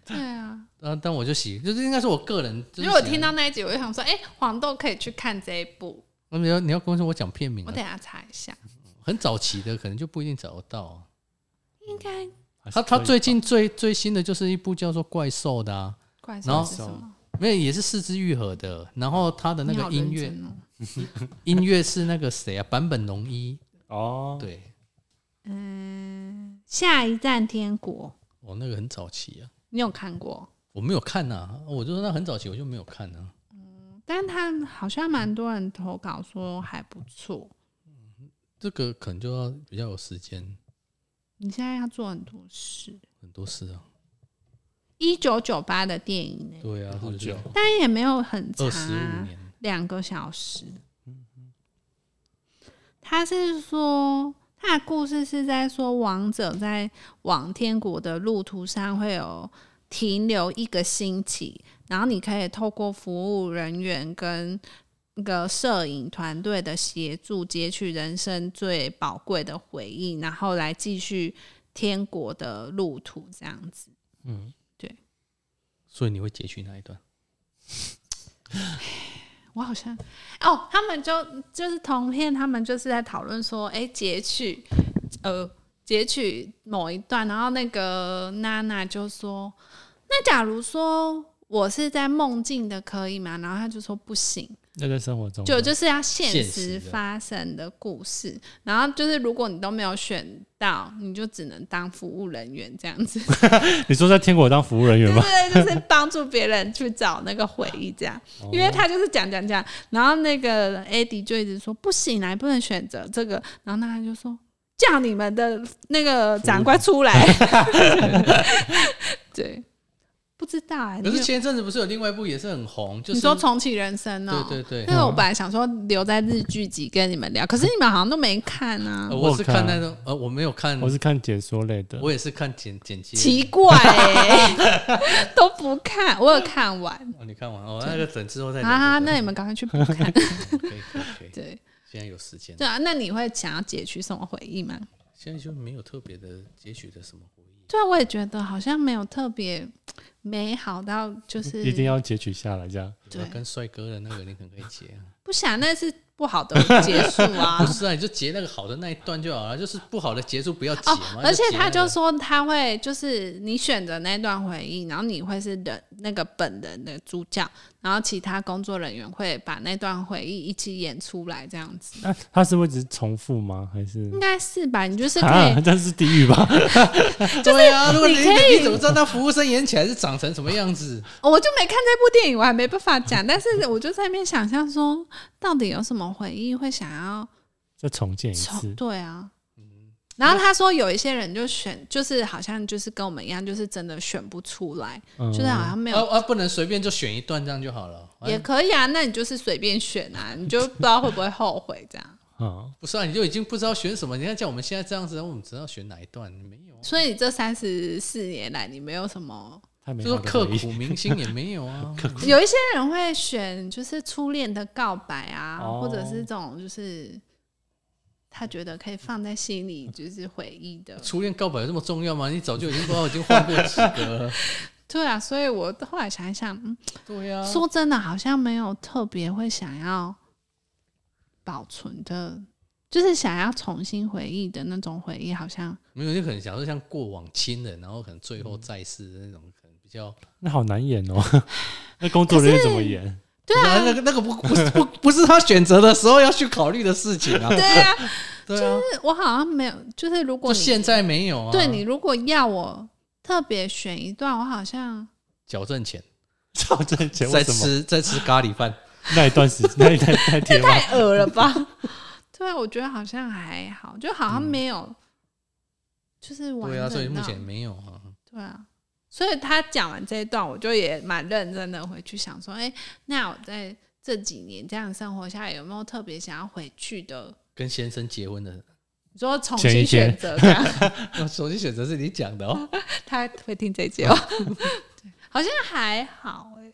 Speaker 2: 对啊，
Speaker 1: 但但我就喜就是应该是我个人，就
Speaker 2: 如
Speaker 1: 是
Speaker 2: 果我
Speaker 1: 喜欢
Speaker 2: 听到那一集，我就想说，哎，黄豆可以去看这一部，
Speaker 1: 那你要你要跟我说我讲片名
Speaker 2: 我
Speaker 1: 啊，
Speaker 2: 等一下查一下，
Speaker 1: 很早期的可能就不一定找得到啊。
Speaker 2: 应该
Speaker 3: 还是
Speaker 1: 他他
Speaker 3: 可以
Speaker 1: 最近最最新的就是一部叫做《怪兽》的啊，
Speaker 2: 怪
Speaker 1: 然
Speaker 2: 兽
Speaker 1: 后
Speaker 2: 是什么？
Speaker 1: 没有也是四肢愈合的，然后他的那
Speaker 2: 你
Speaker 1: 个
Speaker 2: 好
Speaker 1: 音
Speaker 2: 认
Speaker 1: 乐
Speaker 2: 真哦，
Speaker 1: 音乐是那个谁啊，坂本龙一，
Speaker 3: 哦，
Speaker 1: 对，
Speaker 2: 嗯，下一站天国，
Speaker 1: 我哦那个很早期啊，
Speaker 2: 你有看过？
Speaker 1: 我没有看呐、啊哦我就说那很早期我就没有看啊，
Speaker 2: 但他好像蛮多人投稿说还不错。
Speaker 1: 这个可能就要比较有时间，
Speaker 2: 你现在要做很多事，
Speaker 1: 很多事啊，
Speaker 2: 一九九八的电影呢，
Speaker 1: 对啊，
Speaker 3: 好
Speaker 1: 是
Speaker 3: 久
Speaker 2: 但也没有很长
Speaker 1: 二十
Speaker 2: 啊
Speaker 1: 五，年，嗯
Speaker 2: 两个小时。他是说，他的故事是在说，王者在往天国的路途上会有停留一个星期，然后你可以透过服务人员跟那个摄影团队的协助，截取人生最宝贵的回忆，然后来继续天国的路途，这样子。
Speaker 1: 所以你会截取哪一段？
Speaker 2: 我好像哦，他们就就是同片，他们就是在讨论说，哎、截取，呃，截取某一段，然后那个娜娜就说，那假如说我是在梦境的，可以吗？然后他就说不行，
Speaker 3: 那在生活中
Speaker 2: 就就是要现
Speaker 1: 现实
Speaker 2: 实
Speaker 1: 的
Speaker 2: 发生的故事。然后就是如果你都没有选到，你就只能当服务人员这样子。
Speaker 3: 你说在天国当服务人员吗？
Speaker 2: 对对，就是帮助别人去找那个回忆，这样，因为他就是讲讲讲，然后那个 AD 就一直说不行啊，你不能选择这个，然后那他就说叫你们的那个长官出来，对，不知道啊、
Speaker 1: 可
Speaker 2: 你
Speaker 1: 是
Speaker 2: 有
Speaker 1: 前一阵子不是有另外一部也是很红，就是
Speaker 2: 你说重启人生哦、
Speaker 1: 对对对
Speaker 2: 那个我本来想说留在日剧集跟你们聊，可是你们好像都没看啊
Speaker 1: 呃，我是
Speaker 3: 我看
Speaker 1: 看那种呃我没有看，
Speaker 3: 我是看解说类的，
Speaker 1: 我也是看剪剪辑，
Speaker 2: 奇怪、欸， 都不看，我有看完
Speaker 1: 哦，你看完哦，那个等之后再聊对
Speaker 2: 啊，
Speaker 1: 不
Speaker 2: 那
Speaker 1: 对
Speaker 2: 你们赶快去补看，
Speaker 1: 可以可以可以，
Speaker 2: 对。
Speaker 1: 现在有时间，
Speaker 2: 对啊，那你会想要截取什么回忆吗？
Speaker 1: 现在就没有特别的截取的什么回忆。
Speaker 2: 对啊，我也觉得好像没有特别美好到就是
Speaker 3: 一定要截取下来这样。
Speaker 2: 对
Speaker 1: 跟帅哥的那个你可能可以截啊，
Speaker 2: 不想，那是不好的结束啊
Speaker 1: 不。是啊，你就截那个好的那一段就好了，就是不好的结束不要截
Speaker 2: 哦
Speaker 1: 嘛。，
Speaker 2: 而且
Speaker 1: 截
Speaker 2: 他
Speaker 1: 那
Speaker 2: 就
Speaker 1: 个
Speaker 2: 说他会，就是你选择那段回忆，然后你会是人那个本人的主角，然后其他工作人员会把那段回忆一起演出来，这样子
Speaker 3: 那他是会只是重复吗？还是
Speaker 2: 应该是吧？你就是可以
Speaker 3: 啊，这是地狱吧？
Speaker 1: 对啊，如果
Speaker 2: 你
Speaker 1: 你
Speaker 2: 可以
Speaker 1: 你怎么知道那服务生演起来是长成什么样子？
Speaker 2: 我就没看这部电影，我还没办法讲。但是我就在那边想象说，到底有什么回忆会想要
Speaker 3: 再重建一
Speaker 2: 重？
Speaker 3: 次，嗯
Speaker 2: 对啊。然后他说，有一些人就选，就是好像就是跟我们一样，就是真的选不出来，
Speaker 3: 嗯
Speaker 2: 就是好像没有、
Speaker 1: 啊啊，不能随便就选一段这样就好了。啊
Speaker 2: 也可以啊。那你就是随便选啊， 你就不知道会不会后悔这样。
Speaker 3: 嗯，
Speaker 1: 不是啊，你就已经不知道选什么。你看，像我们现在这样子，我们知道选哪一段没有啊？
Speaker 2: 所以这三十四年来，你没有什么？
Speaker 3: 太美
Speaker 1: 就
Speaker 3: 好
Speaker 1: 说
Speaker 3: 的
Speaker 1: 刻
Speaker 3: 回忆
Speaker 1: 骨铭心也没有啊。
Speaker 2: 有一些人会选就是初恋的告白啊，
Speaker 3: 哦
Speaker 2: 或者是这种就是他觉得可以放在心里，就是回忆的。
Speaker 1: 初恋告白有这么重要吗？你早就已经不知道已经换过几个了。
Speaker 2: 对啊，所以我后来想一想，嗯，
Speaker 1: 对呀、啊，
Speaker 2: 说真的，好像没有特别会想要保存的，就是想要重新回忆的那种回忆，好像
Speaker 1: 没有就可能想说像过往亲人，然后可能最后再世的那种，可能比较。
Speaker 3: 那好难演哦。 那工作人员怎么演？
Speaker 2: 对
Speaker 1: 不是
Speaker 2: 啊，
Speaker 1: 那个那个不不是不不是他选择的时候要去考虑的事情啊。
Speaker 2: 对啊，
Speaker 1: 对啊，
Speaker 2: 就是我好像没有，就是如果
Speaker 1: 就
Speaker 2: 你
Speaker 1: 现在没有啊。
Speaker 2: 对你如果要我特别选一段，我好像
Speaker 1: 矫正前
Speaker 3: 赵正前
Speaker 1: 在
Speaker 3: 为什么
Speaker 1: 吃在吃咖喱饭，
Speaker 3: 那一 段时间那一那那天吗？
Speaker 2: 太恶了吧？ 对啊，我觉得好像还好，就好像没有，就是完
Speaker 1: 对啊，所以
Speaker 2: 整
Speaker 1: 目
Speaker 2: 到
Speaker 1: 前没有啊。
Speaker 2: 对啊，所以他讲完这一段，我就也蛮认真的回去想说，哎、那我在这几年这样生活下来，有没有特别想要回去的？
Speaker 1: 跟先生结婚的，
Speaker 2: 你说重
Speaker 3: 前一
Speaker 2: 新
Speaker 3: 天
Speaker 2: 选择，这样
Speaker 1: 那首先选择是你讲的哦。
Speaker 2: 他会听这一节哦。 对，好像还好哎、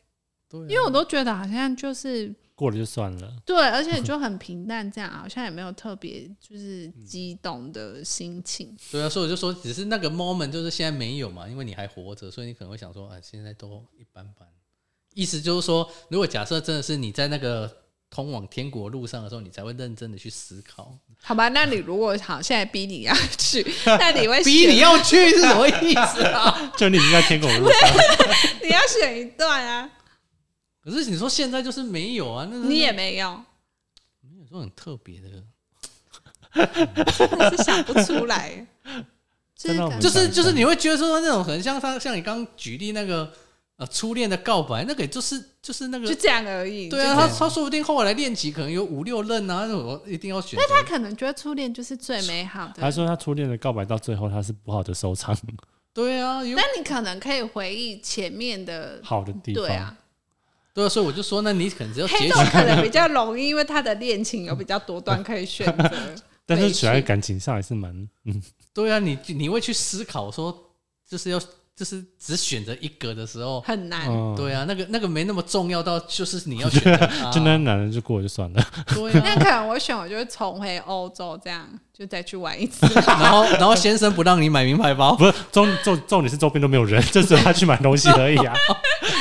Speaker 1: 对啊、
Speaker 2: 因为我都觉得好像就是
Speaker 3: 过了就算了。
Speaker 2: 对，而且就很平淡，这样好像也没有特别就是
Speaker 1: 嗯
Speaker 2: 激动的心情。
Speaker 1: 对啊，所以我就说，只是那个 moment 就是现在没有嘛，因为你还活着，所以你可能会想说，啊，现在都一般般。意思就是说，如果假设真的是你在那个通往天国路上的时候，你才会认真的去思 考。
Speaker 2: 好吧，那你如果好现在逼你要去， 那你 会
Speaker 1: 逼
Speaker 2: 选
Speaker 1: 你要去是什么意思啊？
Speaker 3: 就你已经在天狗 路上，
Speaker 2: 你要选一段啊，
Speaker 1: 可是你说现在就是没有啊，那
Speaker 2: 你也没有。
Speaker 1: 没有说很特别的，
Speaker 2: 但是想不出 来，就是
Speaker 3: 真的
Speaker 2: 感
Speaker 1: 就
Speaker 2: 觉
Speaker 1: 是就是你会觉得说那种很像他像你刚刚举例那个呃初恋的告白，那个也就是就是那
Speaker 2: 就
Speaker 1: 个。
Speaker 2: 这样而已。
Speaker 1: 对啊，他他说不定后来练级可能有五六任啊，那我一定要选择。
Speaker 2: 他可能觉得初恋就是最美好
Speaker 3: 还
Speaker 2: 的，
Speaker 3: 说他初恋的告白到最后他是不好的收场，
Speaker 1: 对啊，有
Speaker 2: 但你可能可以回忆前面的，
Speaker 3: 好的地方。
Speaker 2: 对啊，
Speaker 1: 对啊，所以我就说，那你可能只要截
Speaker 2: 黑
Speaker 1: 取
Speaker 2: 豆可能比较容易，因为他的恋情有比较多段可以选 择。
Speaker 3: 但
Speaker 2: 回
Speaker 3: 是
Speaker 2: 去
Speaker 3: 主要感情上还是蛮嗯，
Speaker 1: 对啊，你你会去思考说，就是要就是只选择一个的时候，
Speaker 2: 很难，
Speaker 3: 嗯
Speaker 1: 对啊，那个那个没那么重要到就是你要选择它
Speaker 2: 啊
Speaker 3: 就那男人就过了就算了。
Speaker 1: 对
Speaker 2: 那
Speaker 1: 啊，
Speaker 2: 可能我选我就会重回欧洲，这样就再去玩一次。
Speaker 1: 然后然后先生不让你买名牌包，
Speaker 3: 不是重重重点是周边都没有人， 就只有他去买东西而已 啊，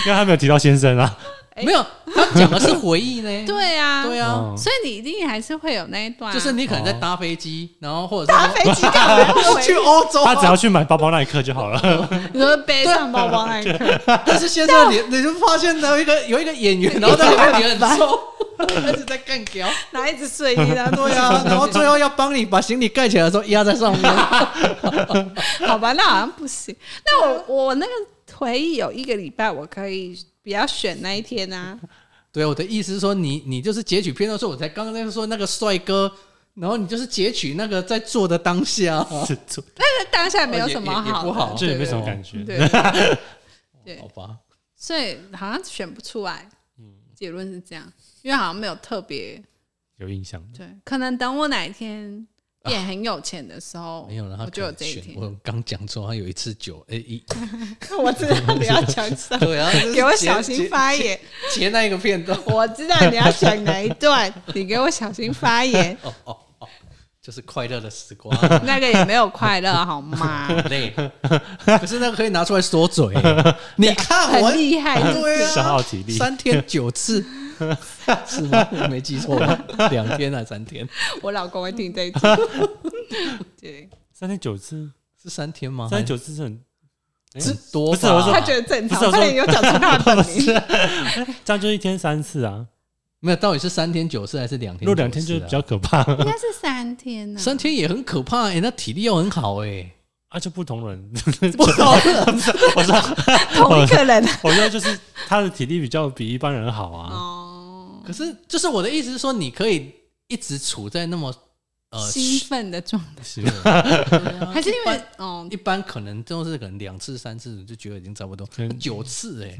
Speaker 3: 因为他没有提到先生啊。
Speaker 2: 哎
Speaker 1: 没有，他讲的是回忆呢，
Speaker 2: 对啊，
Speaker 1: 对啊，
Speaker 3: 嗯
Speaker 2: 所以你一定还是会有那一段啊，
Speaker 1: 就是你可能在搭飞机，然后或者
Speaker 2: 搭
Speaker 1: 是
Speaker 2: 飞机干嘛 要回
Speaker 1: 去欧洲啊，
Speaker 3: 他只要去买包包那一刻就 好了。
Speaker 2: 你说背上包包那一刻，
Speaker 1: 但是先生你你就发现有一个有一个演员，然后那个脸很臭， 一直在干 掉，
Speaker 2: 拿一只睡衣啊，
Speaker 1: 对啊， 然后最后要帮你把行李盖起来的时候压在上面。
Speaker 2: 好吧，那好像不 行。那我我那个回忆有一个礼拜，我可以不要选那一天 啊。
Speaker 1: 对啊，我的意思是说你，你就是截取片段的时候，我才刚刚在说那个帅哥，然后你就是截取那个在做的当下啊，
Speaker 3: 这这
Speaker 2: 但是当下没有什么
Speaker 1: 哦也也也
Speaker 2: 好的，
Speaker 1: 不好
Speaker 3: 这也没什么
Speaker 1: 对
Speaker 3: 感觉。
Speaker 2: 对，对对
Speaker 1: 好吧？
Speaker 2: 所以好像选不出来。
Speaker 1: 嗯
Speaker 2: 结论是这样，因为好像没有特别
Speaker 3: 有印象，
Speaker 2: 对，可能等我哪一天变很有钱的时候，
Speaker 1: 没有了，他
Speaker 2: 我就有
Speaker 1: 可
Speaker 2: 这
Speaker 1: 能
Speaker 2: 一
Speaker 1: 选
Speaker 2: 天。
Speaker 1: 我 刚讲错，他有一次酒，哎、一
Speaker 2: 我知道你要讲什 么，
Speaker 1: 对 啊， 就是
Speaker 2: 给我
Speaker 1: 截
Speaker 2: 小心发言。
Speaker 1: 截截那一个片段，
Speaker 2: 我知道你要选哪一段，你给我小心发言。
Speaker 1: 哦哦哦，就是快乐的时光，
Speaker 2: 那个也没有快乐好吗？
Speaker 1: 很累， 可是那个可以 拿出来说嘴，你看我
Speaker 2: 很厉害，就是
Speaker 1: 对啊，
Speaker 3: 消耗体 力
Speaker 1: 三天九次，是吗？我没记错吧，两天还三天？
Speaker 2: 我老公会听 这一集。对，
Speaker 3: 三天九次，
Speaker 1: 是三天
Speaker 2: 啊
Speaker 1: 吗？
Speaker 3: 三天九次是很，哎
Speaker 1: 是多
Speaker 3: 不是我
Speaker 1: 吧
Speaker 3: 说
Speaker 2: 他觉得正常
Speaker 3: 不是，我说
Speaker 2: 差点有讲出他的本名。
Speaker 3: 这样就一天三次啊。
Speaker 1: 没有，到底是三天九次还是两
Speaker 2: 啊
Speaker 1: 天？
Speaker 3: 如果两天就比。较可怕，
Speaker 2: 应该是三天呢、啊
Speaker 1: 三天也很可怕哎、那体力要很好哎、
Speaker 3: 啊，就不同人。
Speaker 1: 不好 了，
Speaker 3: 啊我说，
Speaker 2: 同一个人。
Speaker 3: 我说就是他的体力比较比一般人好啊。
Speaker 2: 哦，
Speaker 1: 可是就是我的意思是说，你可以一直处在那么呃，
Speaker 2: 兴奋的状态，
Speaker 3: 是
Speaker 2: 还是因
Speaker 1: 一
Speaker 2: 为
Speaker 1: 般
Speaker 2: 哦，
Speaker 1: 一般可能都是可能两次三次就觉得已经差不多
Speaker 3: 嗯，
Speaker 1: 九次哎、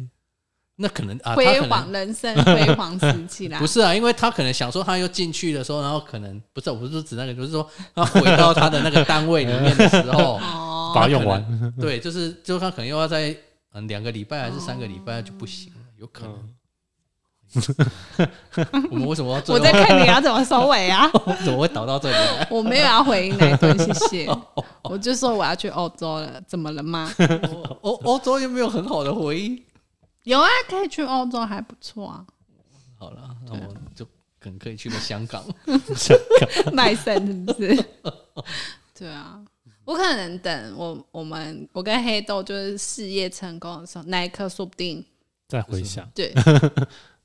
Speaker 1: 那可能啊，他
Speaker 2: 辉
Speaker 1: 可能
Speaker 2: 煌人生辉煌时期啦，
Speaker 1: 不。是啊，因为他可能想说他又进去的时候，然后可能不是，我不是指那个，就是说他回到他的那个单位里面的时候
Speaker 2: 哦，
Speaker 3: 把它用
Speaker 1: 他
Speaker 3: 完，
Speaker 1: 对，就是就他可能又要在嗯两个礼拜还是三个礼拜就不行了，有可能。我们为什么要最后
Speaker 2: 我在看你要怎么收尾 啊。
Speaker 1: 我们怎么会导到这里来？
Speaker 2: 我没有要回应那 一段，谢谢。我就说我要去欧洲了，怎么了 吗？
Speaker 1: 欧欧洲又没有很好的回忆。
Speaker 2: 有啊，可以去欧洲，还不错啊，
Speaker 1: 好了，那我就可能可以去个香港。
Speaker 2: 卖身是不是？ 对啊，我可能等我我们我跟黑豆就是事业成功的时候，那一刻说不定
Speaker 3: 再回想，
Speaker 2: 对，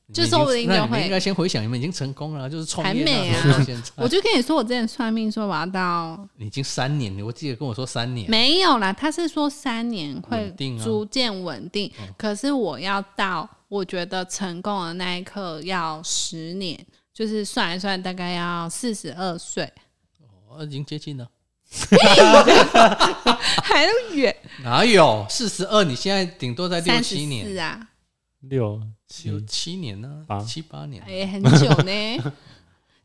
Speaker 1: 你
Speaker 2: 就
Speaker 1: 们已经
Speaker 2: 说不定就
Speaker 1: 那你们
Speaker 2: 会
Speaker 1: 应该先回想，你们已经成功了，就是创
Speaker 2: 还
Speaker 1: 业
Speaker 2: 没
Speaker 1: 啊
Speaker 2: 啊
Speaker 1: 做到现在
Speaker 2: 我就跟你说，我之前算命说我要到
Speaker 1: 你已经三年了，我记得跟我说三年，
Speaker 2: 没有啦，他是说三年会
Speaker 1: 稳定啊哦
Speaker 2: 逐渐稳定，可是我要到我觉得成功的那一刻要十年，就是算一算大概要四十 二岁，
Speaker 1: 哦已经接近了。
Speaker 2: 还有远
Speaker 1: 哪有四十二？42你现在顶多在六
Speaker 2: 三十
Speaker 1: 七
Speaker 2: 四
Speaker 1: 年，
Speaker 2: 啊，
Speaker 3: 六七
Speaker 1: 有七年呢、
Speaker 3: 八
Speaker 1: 七八年。
Speaker 2: 也、很久呢。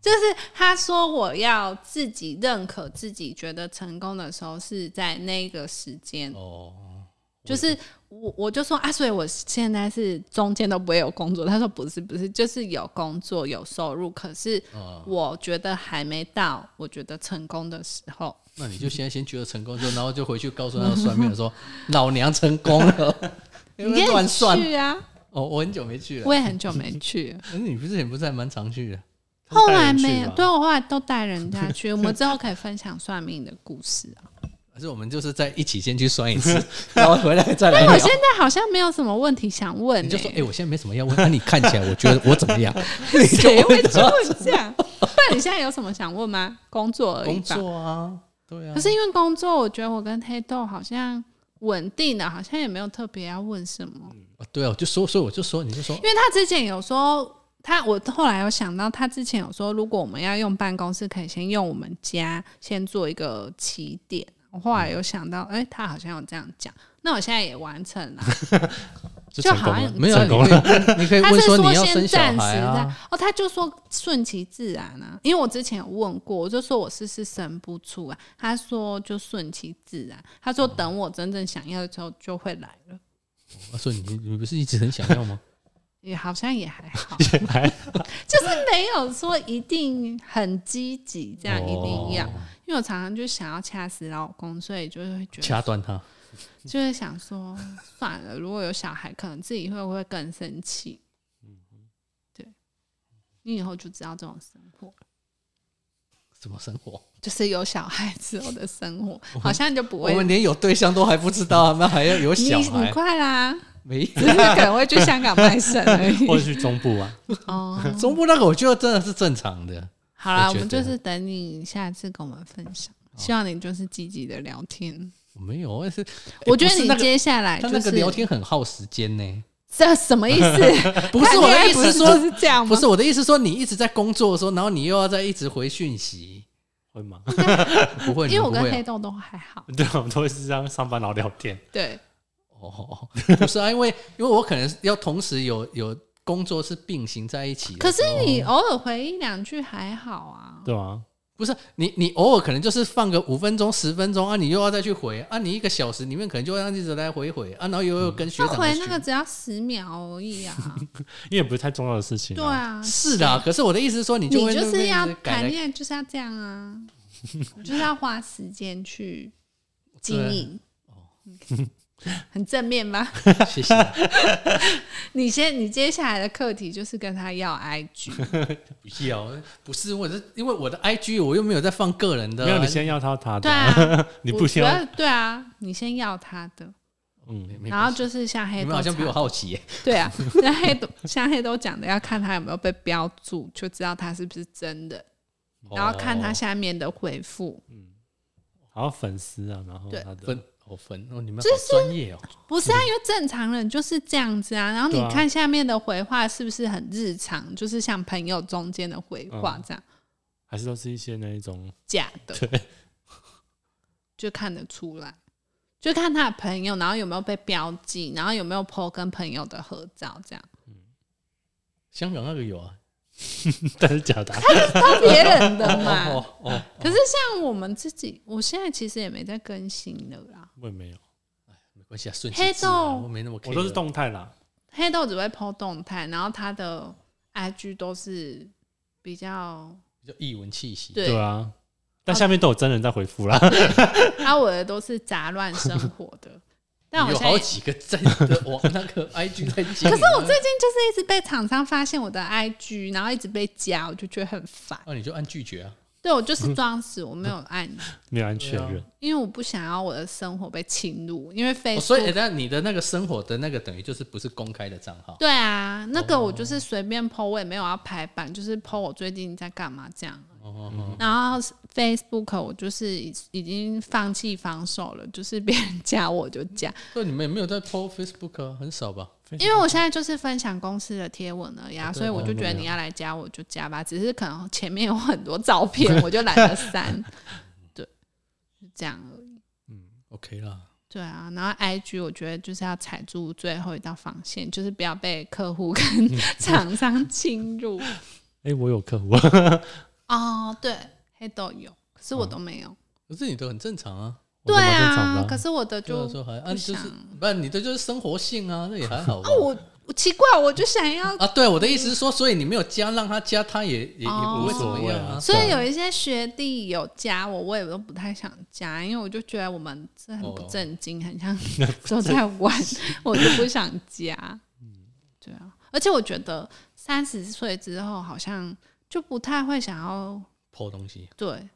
Speaker 2: 就是他说我要自己认可自己，觉得成功的时候是在那个时间，
Speaker 1: 哦，
Speaker 2: 就是我我就说啊，所以我现在是中间都不会有工作。他说不是不是，就是有工作有收入，可是
Speaker 1: 嗯
Speaker 2: 我觉得还没到我觉得成功的时候。
Speaker 1: 那你就现在先觉得成功，就然后就回去告诉那个算命的说，老娘成功了。你
Speaker 2: 你
Speaker 1: 不要
Speaker 2: 也
Speaker 1: 乱算
Speaker 2: 去啊，
Speaker 1: 哦，我很久没去了
Speaker 2: 我。也很久没去了，
Speaker 1: 可是你不是也不是还蛮常去的？
Speaker 2: 后来没
Speaker 3: 带人去
Speaker 2: 有，
Speaker 3: 吧
Speaker 2: 对我后来都带人家去。我们之后可以分享算命的故事啊。
Speaker 1: 还是我们就是在一起先去算一次，然后回来再来
Speaker 2: 但我
Speaker 1: 聊
Speaker 2: 现。在好像没有什么问题想问、
Speaker 1: 哎你
Speaker 2: 欸，
Speaker 1: 就说，哎、我现在没什么要问，那、你看起来我觉得我怎么样？ 你就
Speaker 2: 谁会
Speaker 1: 问
Speaker 2: 这
Speaker 1: 他
Speaker 2: 样？那你现在有什么想问吗？工作而已
Speaker 1: 工
Speaker 2: 吧。
Speaker 1: 作啊，对啊。
Speaker 2: 可是因为工作，我觉得我跟黑豆好像稳定的，好像也没有特别要问什么。
Speaker 1: 哦对啊，我就说，所以我就说，你就说
Speaker 2: 因为他之前有说，他我后来有想到，他之前有说，如果我们要用办公室，可以先用我们家先做一个起点。我后来有想到，哎、他好像有这样讲，那我现在也完成了。
Speaker 3: 就
Speaker 2: 就
Speaker 3: 成
Speaker 2: 好
Speaker 3: 功
Speaker 2: 像
Speaker 3: 了，
Speaker 1: 没有啊，
Speaker 3: 成
Speaker 1: 你
Speaker 3: 功
Speaker 1: 可
Speaker 3: 了。
Speaker 1: 以问，你可以
Speaker 2: 他
Speaker 1: 问
Speaker 2: 是
Speaker 1: 说你要
Speaker 2: 先
Speaker 1: 生小
Speaker 2: 暂时
Speaker 1: 孩
Speaker 2: 的、
Speaker 1: 啊。
Speaker 2: 哦，他就说顺其自然啊，因为我之前有问过，我就说我是是生不出啊，他说就顺其自然，他
Speaker 1: 嗯
Speaker 2: 说等我真正想要的时候就会来了，
Speaker 1: 我啊说你你不是一直很想要吗？
Speaker 2: 也好像也还 好，
Speaker 3: 还
Speaker 2: 就是没有说一定很积极 这样一定要，
Speaker 1: 哦
Speaker 2: 因为我常常就想要掐死老公，所以就会觉得
Speaker 1: 掐断他，
Speaker 2: 就会想说算了，如果有小孩，可能自己会不会更生气？
Speaker 1: 嗯
Speaker 2: 对，你以后就知道这种生活。
Speaker 1: 怎么生活？
Speaker 2: 就是有小孩之后的生活，好像就不
Speaker 1: 我
Speaker 2: 会。
Speaker 1: 们连有对象都还不知道，他们还要有
Speaker 2: 你
Speaker 1: 小
Speaker 2: 你
Speaker 1: 孩？
Speaker 2: 快啦，
Speaker 1: 没
Speaker 2: 只是 可能会去香港卖肾而
Speaker 3: 或
Speaker 2: 已。
Speaker 3: 者去中部啊，
Speaker 2: 哦，
Speaker 1: 中部那个，我觉得真的是正常的。
Speaker 2: 好啦，
Speaker 1: 我
Speaker 2: 我
Speaker 1: 觉
Speaker 2: 们
Speaker 1: 得哦
Speaker 2: 就是等你下次跟我们分享。希望你就是积极的聊天。
Speaker 1: 我没有，但是
Speaker 2: 我觉得
Speaker 1: 哎不是
Speaker 2: 你
Speaker 1: 那个
Speaker 2: 接下来
Speaker 1: 他
Speaker 2: 就
Speaker 1: 那个
Speaker 2: 是
Speaker 1: 聊天很耗时间呢。
Speaker 2: 这什么意思？
Speaker 1: 不是我的意
Speaker 2: 不
Speaker 1: 思
Speaker 2: 是
Speaker 1: 说
Speaker 2: 就，是这样 吗？
Speaker 1: 不是我的意思说，你一直在工作的时候，然后你又要再一直回讯息，
Speaker 3: 会吗？
Speaker 1: 不会，
Speaker 2: 因为我
Speaker 1: 你们不
Speaker 2: 跟
Speaker 1: 会啊
Speaker 2: 黑豆都还好。
Speaker 3: 对，啊我们都会是这样上班然后聊天，
Speaker 2: 对，
Speaker 1: 哦， 不是啊，因为因为我可能要同时有有工作是并行在一起的。
Speaker 2: 可是你偶尔回一两句还好啊。
Speaker 3: 对吗？
Speaker 1: 不是你，你偶尔可能就是放个五分钟、十分钟啊，你又要再去回啊，你一个小时里面可能就要一直来回回啊，然后又有跟学
Speaker 2: 那
Speaker 1: 长
Speaker 2: 回
Speaker 1: 去
Speaker 2: 那个只要十秒而已 啊。
Speaker 3: 因为也不是太重要的事情
Speaker 2: 对
Speaker 3: 啊。
Speaker 2: 啊，
Speaker 1: 是啦，可是我的意思是说，你
Speaker 2: 你
Speaker 1: 会
Speaker 2: 就
Speaker 1: 那边
Speaker 2: 是要
Speaker 1: 一直改
Speaker 2: 谈
Speaker 1: 来
Speaker 2: 恋爱就是要这 样啊，
Speaker 1: 啊
Speaker 2: 你就是要花时间去经营。很正面吧？
Speaker 1: 谢谢。
Speaker 2: 你先，你接下来的课题就是跟他要 IG，
Speaker 1: 不要，不是我是因为我的 IG 我又没有在放个人的啊，
Speaker 3: 没有，你先要他他的，
Speaker 2: 对 啊，
Speaker 3: 你
Speaker 2: 我
Speaker 3: 不
Speaker 2: 觉
Speaker 3: 先要，
Speaker 2: 得对啊，你先要他的，
Speaker 3: 嗯，
Speaker 1: 没
Speaker 2: 然后就是哎像
Speaker 1: 你
Speaker 2: 黑豆
Speaker 1: 们好像比我
Speaker 2: 讲
Speaker 1: 好奇耶，
Speaker 2: 对啊，像黑豆像黑豆讲的，要看他有没有被标注，就知道他是不是真的，然后看他
Speaker 1: 哦
Speaker 2: 下面的回复。
Speaker 3: 然后粉丝啊，然后
Speaker 2: 对
Speaker 3: 他的
Speaker 1: 分哦分哦，你们好专业哦，
Speaker 2: 不是啊，因为正常人就是这样子啊。然后你
Speaker 3: 对啊
Speaker 2: 看下面的回话是不是很日常，就是像朋友中间的回话这样，
Speaker 3: 还是都是一些那一种，
Speaker 2: 假的， 就看得出来，就看他的朋友，然后有没有被标记，然后有没有 PO 跟朋友的合照这样，
Speaker 1: 香港那个有啊，
Speaker 3: 但是 假的啊，
Speaker 2: 偷别人的嘛。
Speaker 1: 哦哦，
Speaker 2: 可是像我们自己，我现在其实也没在更新了啦。
Speaker 3: 我也没有，
Speaker 1: 没关系啊，顺
Speaker 2: 黑
Speaker 1: 其自然啊，
Speaker 2: 洞
Speaker 1: 我没那么 care，
Speaker 3: 我都是动态啦，
Speaker 2: 黑豆只会 PO 动态，然后他的 IG 都是比较
Speaker 1: 就异文气息，
Speaker 2: 对
Speaker 3: 对啊，但下面都有真人在回复啦，
Speaker 2: 啊，我的都是杂乱生活 的。但我
Speaker 1: 有
Speaker 2: 现在
Speaker 1: 好
Speaker 2: 也，
Speaker 1: 几个在你的网那个 IG 在经营啊，
Speaker 2: 可是我最近就是一直被厂商发现我的 IG，然后一直被加，我就觉得很烦。
Speaker 1: 哦，你就按拒绝啊，
Speaker 2: 对我就是装死，我没有按，
Speaker 3: 没有安全
Speaker 1: 对
Speaker 3: 人
Speaker 1: 啊，
Speaker 2: 因为我不想要我的生活被侵入，因为
Speaker 1: 哦所以
Speaker 2: Facebook。
Speaker 1: 那你的那个生活的那个等于就是不是公开的账号，
Speaker 2: 对啊，那
Speaker 1: 哦
Speaker 2: 个我就是随便 PO，我也没有要排版，就是 PO 我最近在干嘛这样。
Speaker 1: 哦哦哦，
Speaker 2: 然后 Facebook 我就是已已经放弃防守了，就是别人加我就加，
Speaker 1: 所以你们也没有在 po Facebook 啊，很少吧？
Speaker 2: 因为我现在就是分享公司的贴文而已
Speaker 1: 哦
Speaker 2: 啊，
Speaker 1: 对
Speaker 2: 所以我就
Speaker 1: 哦
Speaker 2: 觉得
Speaker 1: 对
Speaker 2: 你要来加我就加吧，只是可能前面有很多照片，我就懒得删，对，就这样而已。
Speaker 1: OK 啦，
Speaker 2: 对啊，然后 IG 我觉得就是要踩住最后一道防线，就是不要被客户跟 厂商侵入。
Speaker 3: 哎，我有客户，
Speaker 2: 哦，对，黑豆有，可是我都没有。
Speaker 1: 可是你的很正常啊，
Speaker 2: 对啊
Speaker 3: 啊，，
Speaker 2: 可是我的就
Speaker 1: 就是说还按就是
Speaker 2: 想
Speaker 1: 不然你的就是生活性啊，那也还好吧。
Speaker 2: 哦我我奇怪，我就想要
Speaker 1: 啊，对，我的意思是说，所以你没有加，让他加，他也也也
Speaker 2: 哦
Speaker 1: 不会怎么样
Speaker 3: 无
Speaker 1: 啊。
Speaker 2: 所以有一些学弟有加我，我也都不太想加，因为我就觉得我们这很不正经，很像 都在玩，我就不想加。
Speaker 1: 嗯
Speaker 2: 对啊，而且我觉得三十岁之后好像就不太会想要
Speaker 1: 破东西，
Speaker 2: 对。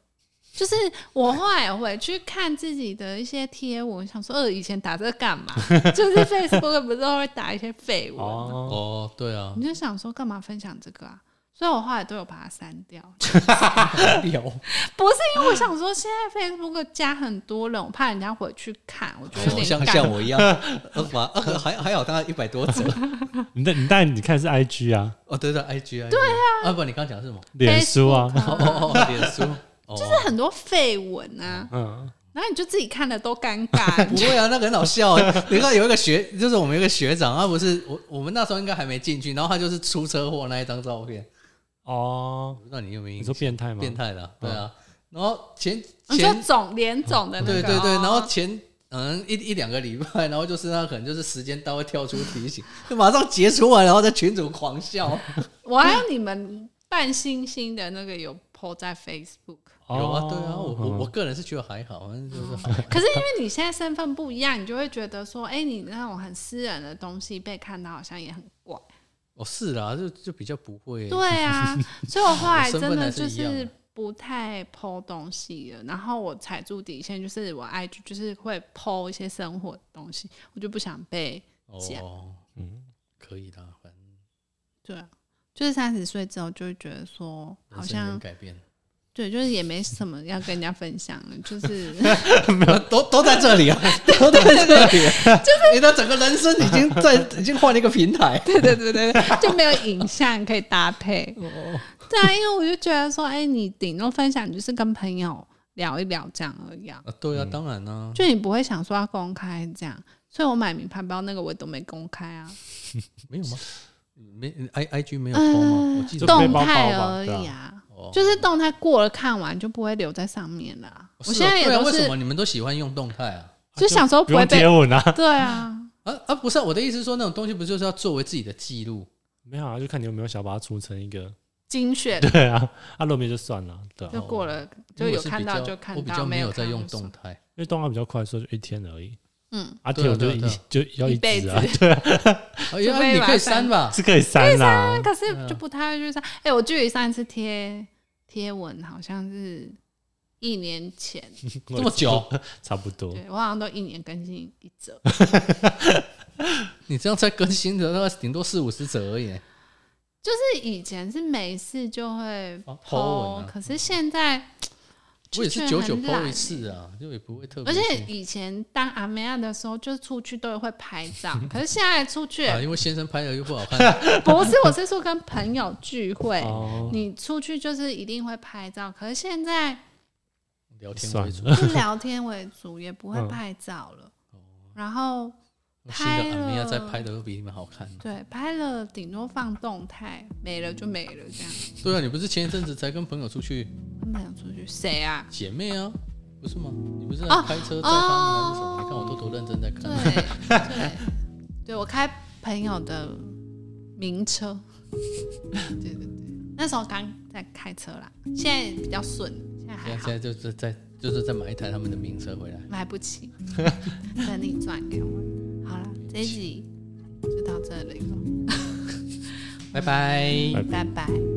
Speaker 2: 就是我后来回去看自己的一些贴文，想说，呃，以前打这个 干嘛？就是 Facebook 不是都会打一些废文吗
Speaker 3: 哦，
Speaker 1: 哦，对啊
Speaker 2: 你，就想说，干嘛分享这个啊？所以我后来都有把它删掉。
Speaker 1: 有
Speaker 2: 不是因为我想说，现在 Facebook 加很多人，我怕人家回去看，我觉得有点
Speaker 1: 像
Speaker 2: 尴
Speaker 1: 像
Speaker 2: 尬。
Speaker 1: 我一样， 呃，把呃还还好，大概一百多折。
Speaker 3: 你但你但你看是 IG 啊，
Speaker 1: 哦，对对，IG 啊，对啊，啊不，你刚刚讲的是什么？
Speaker 3: 脸书啊，
Speaker 2: Facebook
Speaker 1: 哦哦，哦，脸书，就是
Speaker 2: 很多绯闻啊，
Speaker 3: 嗯，
Speaker 2: 然后你就自己看了都尴 尬
Speaker 1: 不。会啊，那个很好笑啊。 你看有一个学，就是我们有一个学长，他不是我我们那时候应该还没进去，然后他就是出车祸那一张照片，
Speaker 3: 哦
Speaker 1: 我，不知道你有没有
Speaker 3: 你
Speaker 1: 印
Speaker 3: 说
Speaker 1: 象？
Speaker 3: 变态吗？哦
Speaker 1: 变态的啊，对啊。然后前
Speaker 2: 哦你说
Speaker 1: 前
Speaker 2: 总连总的那
Speaker 1: 对
Speaker 2: 个，
Speaker 1: 对对，
Speaker 2: 哦
Speaker 1: 然后前嗯一一两个礼拜，然后就是他可能就是时间到会跳出提醒， 就马上结束完，然后在群主狂笑。
Speaker 2: 我还有你们扮星星的那个有 po 在 Facebook，
Speaker 3: 哦，
Speaker 1: 有啊，对啊，我我我
Speaker 3: 嗯
Speaker 1: 个人是觉得还好，反正就是 还
Speaker 2: 可是因为你现在身份不一样，你就会觉得说，哎，你那种很私人的东西被看到好像也很怪。
Speaker 1: 哦是啦，就就比较不会。
Speaker 2: 对啊，所以我后来
Speaker 1: 我
Speaker 2: 真
Speaker 1: 身份
Speaker 2: 的
Speaker 1: 还
Speaker 2: 就是
Speaker 1: 一样
Speaker 2: 是
Speaker 1: 的
Speaker 2: 不太剖东西了，然后我踩住底线，就是我 IG 就是会剖一些生活的东西，我就不想被假
Speaker 1: 哦，
Speaker 3: 嗯
Speaker 1: 可以啦，反正
Speaker 2: 对啊，就是三十岁之后就会觉得说好
Speaker 1: 人生能
Speaker 2: 像
Speaker 1: 改变，
Speaker 2: 对，就是也没什么要跟人家分享了，就是。
Speaker 1: 都都在这里啊，都在这里啊，就是你的整个人生已经在已经换了一个平台
Speaker 2: 对对对对，对就没有影像可以搭配。
Speaker 1: 哦，
Speaker 2: 对啊，因为我就觉得说，哎、你顶多分享就是跟朋友聊一聊这样而已啊。
Speaker 1: 啊对啊，当然啦，
Speaker 2: 就你不会想说要公开这样，所以我买名牌包那个我也都没公开啊，
Speaker 1: 没有吗？没 i i g 没有 po 吗？我记
Speaker 3: 就
Speaker 1: 得
Speaker 3: 被
Speaker 2: 呃嗯动
Speaker 3: 包包
Speaker 2: 态
Speaker 3: 吧
Speaker 2: 而
Speaker 3: 对啊
Speaker 2: 已啊，
Speaker 1: 哦
Speaker 2: 就是动态过了看完就不会留在上面了啊、我
Speaker 1: 是
Speaker 2: 现
Speaker 1: 哦
Speaker 2: 在也
Speaker 1: 对啊
Speaker 2: 都
Speaker 1: 为什
Speaker 2: 是
Speaker 1: 么你们都喜欢用动态啊？
Speaker 2: 就想说
Speaker 3: 不
Speaker 2: 会
Speaker 3: 用
Speaker 2: 被
Speaker 3: 接吻啊，
Speaker 2: 对啊，
Speaker 1: 啊啊，不是啊、我的意思是说，那种东西不就是要作为自己的记录？
Speaker 3: 没有啊，就看你有没有想把它出成一个，
Speaker 2: 精选
Speaker 3: 对啊，啊，露面就算了，对啊，
Speaker 2: 就过了，
Speaker 1: 因
Speaker 2: 就
Speaker 1: 为
Speaker 2: 有
Speaker 1: 哦我是
Speaker 2: 看
Speaker 1: 比
Speaker 2: 到
Speaker 1: 较
Speaker 2: 就看
Speaker 1: 我比
Speaker 2: 到，
Speaker 1: 较没
Speaker 2: 有
Speaker 1: 在
Speaker 2: 看
Speaker 1: 用
Speaker 2: 就算
Speaker 1: 动态。
Speaker 3: 因为动画比较快，所以就一天而已，
Speaker 2: 嗯，
Speaker 3: 啊，铁我就
Speaker 1: 对啊对
Speaker 3: 一
Speaker 1: 啊
Speaker 3: 就要一
Speaker 2: 一辈
Speaker 3: 直 啊，
Speaker 2: 子
Speaker 3: 对啊，
Speaker 1: 哦原来
Speaker 2: 除非
Speaker 1: 你可
Speaker 2: 把它
Speaker 1: 以
Speaker 2: 删
Speaker 1: 删 吧？
Speaker 3: 是可以删啦
Speaker 2: 那。可
Speaker 1: 嗯
Speaker 2: 是就不太会去上。哎、我距离上一次贴贴文好像是一年前，
Speaker 1: 这么久，
Speaker 3: 差不
Speaker 1: 哦
Speaker 3: 多。
Speaker 2: 对我好像都一年更新一则。
Speaker 1: 你这样才更新的，那顶多四五十折而已。
Speaker 2: 就是以前是没事就会
Speaker 1: 哦
Speaker 2: p
Speaker 1: ，po 文啊
Speaker 2: 可是现在
Speaker 1: 我也是
Speaker 2: 就
Speaker 1: 久
Speaker 2: 觉得
Speaker 1: 久
Speaker 2: 很
Speaker 1: PO
Speaker 2: 懒欸
Speaker 1: 一次啊，就也不会特别
Speaker 2: 而
Speaker 1: 去。
Speaker 2: 且以前当阿妹亚的时候，就是出去都会拍 照，可是现在出去也
Speaker 1: 啊，因为先生拍的又不好看，
Speaker 2: 不是，我是说跟朋友聚会，
Speaker 3: 哦，
Speaker 2: 你出去就是一定会拍 照，可是现在
Speaker 1: 聊天
Speaker 3: 算
Speaker 1: 为主。
Speaker 2: 就聊天为主，也不会
Speaker 3: 嗯
Speaker 2: 拍照了。然后
Speaker 1: 新的阿米亚
Speaker 2: 拍了
Speaker 1: 在拍的都比你们好看。
Speaker 2: 对，拍了顶多放动态，没了就没了，这样
Speaker 1: 对啊，你不是前一阵子才跟朋友出去
Speaker 2: 跟朋友出去谁啊？
Speaker 1: 姐妹啊，不是吗？你不是
Speaker 2: 哦
Speaker 1: 开车载他们还是什么？
Speaker 2: 哦
Speaker 1: 你看我都多认真在
Speaker 2: 对
Speaker 1: 看。
Speaker 2: 对对，我开朋友的名车，对对对，那时候刚在开车啦，现在比较顺，现在
Speaker 1: 现
Speaker 2: 还
Speaker 1: 在
Speaker 2: 好
Speaker 1: 现，在就是在就是在买一台他们的名车回来。
Speaker 2: 买不起，等你赚给我。好了，这一集就到这里了，
Speaker 1: 拜拜。
Speaker 2: 拜拜。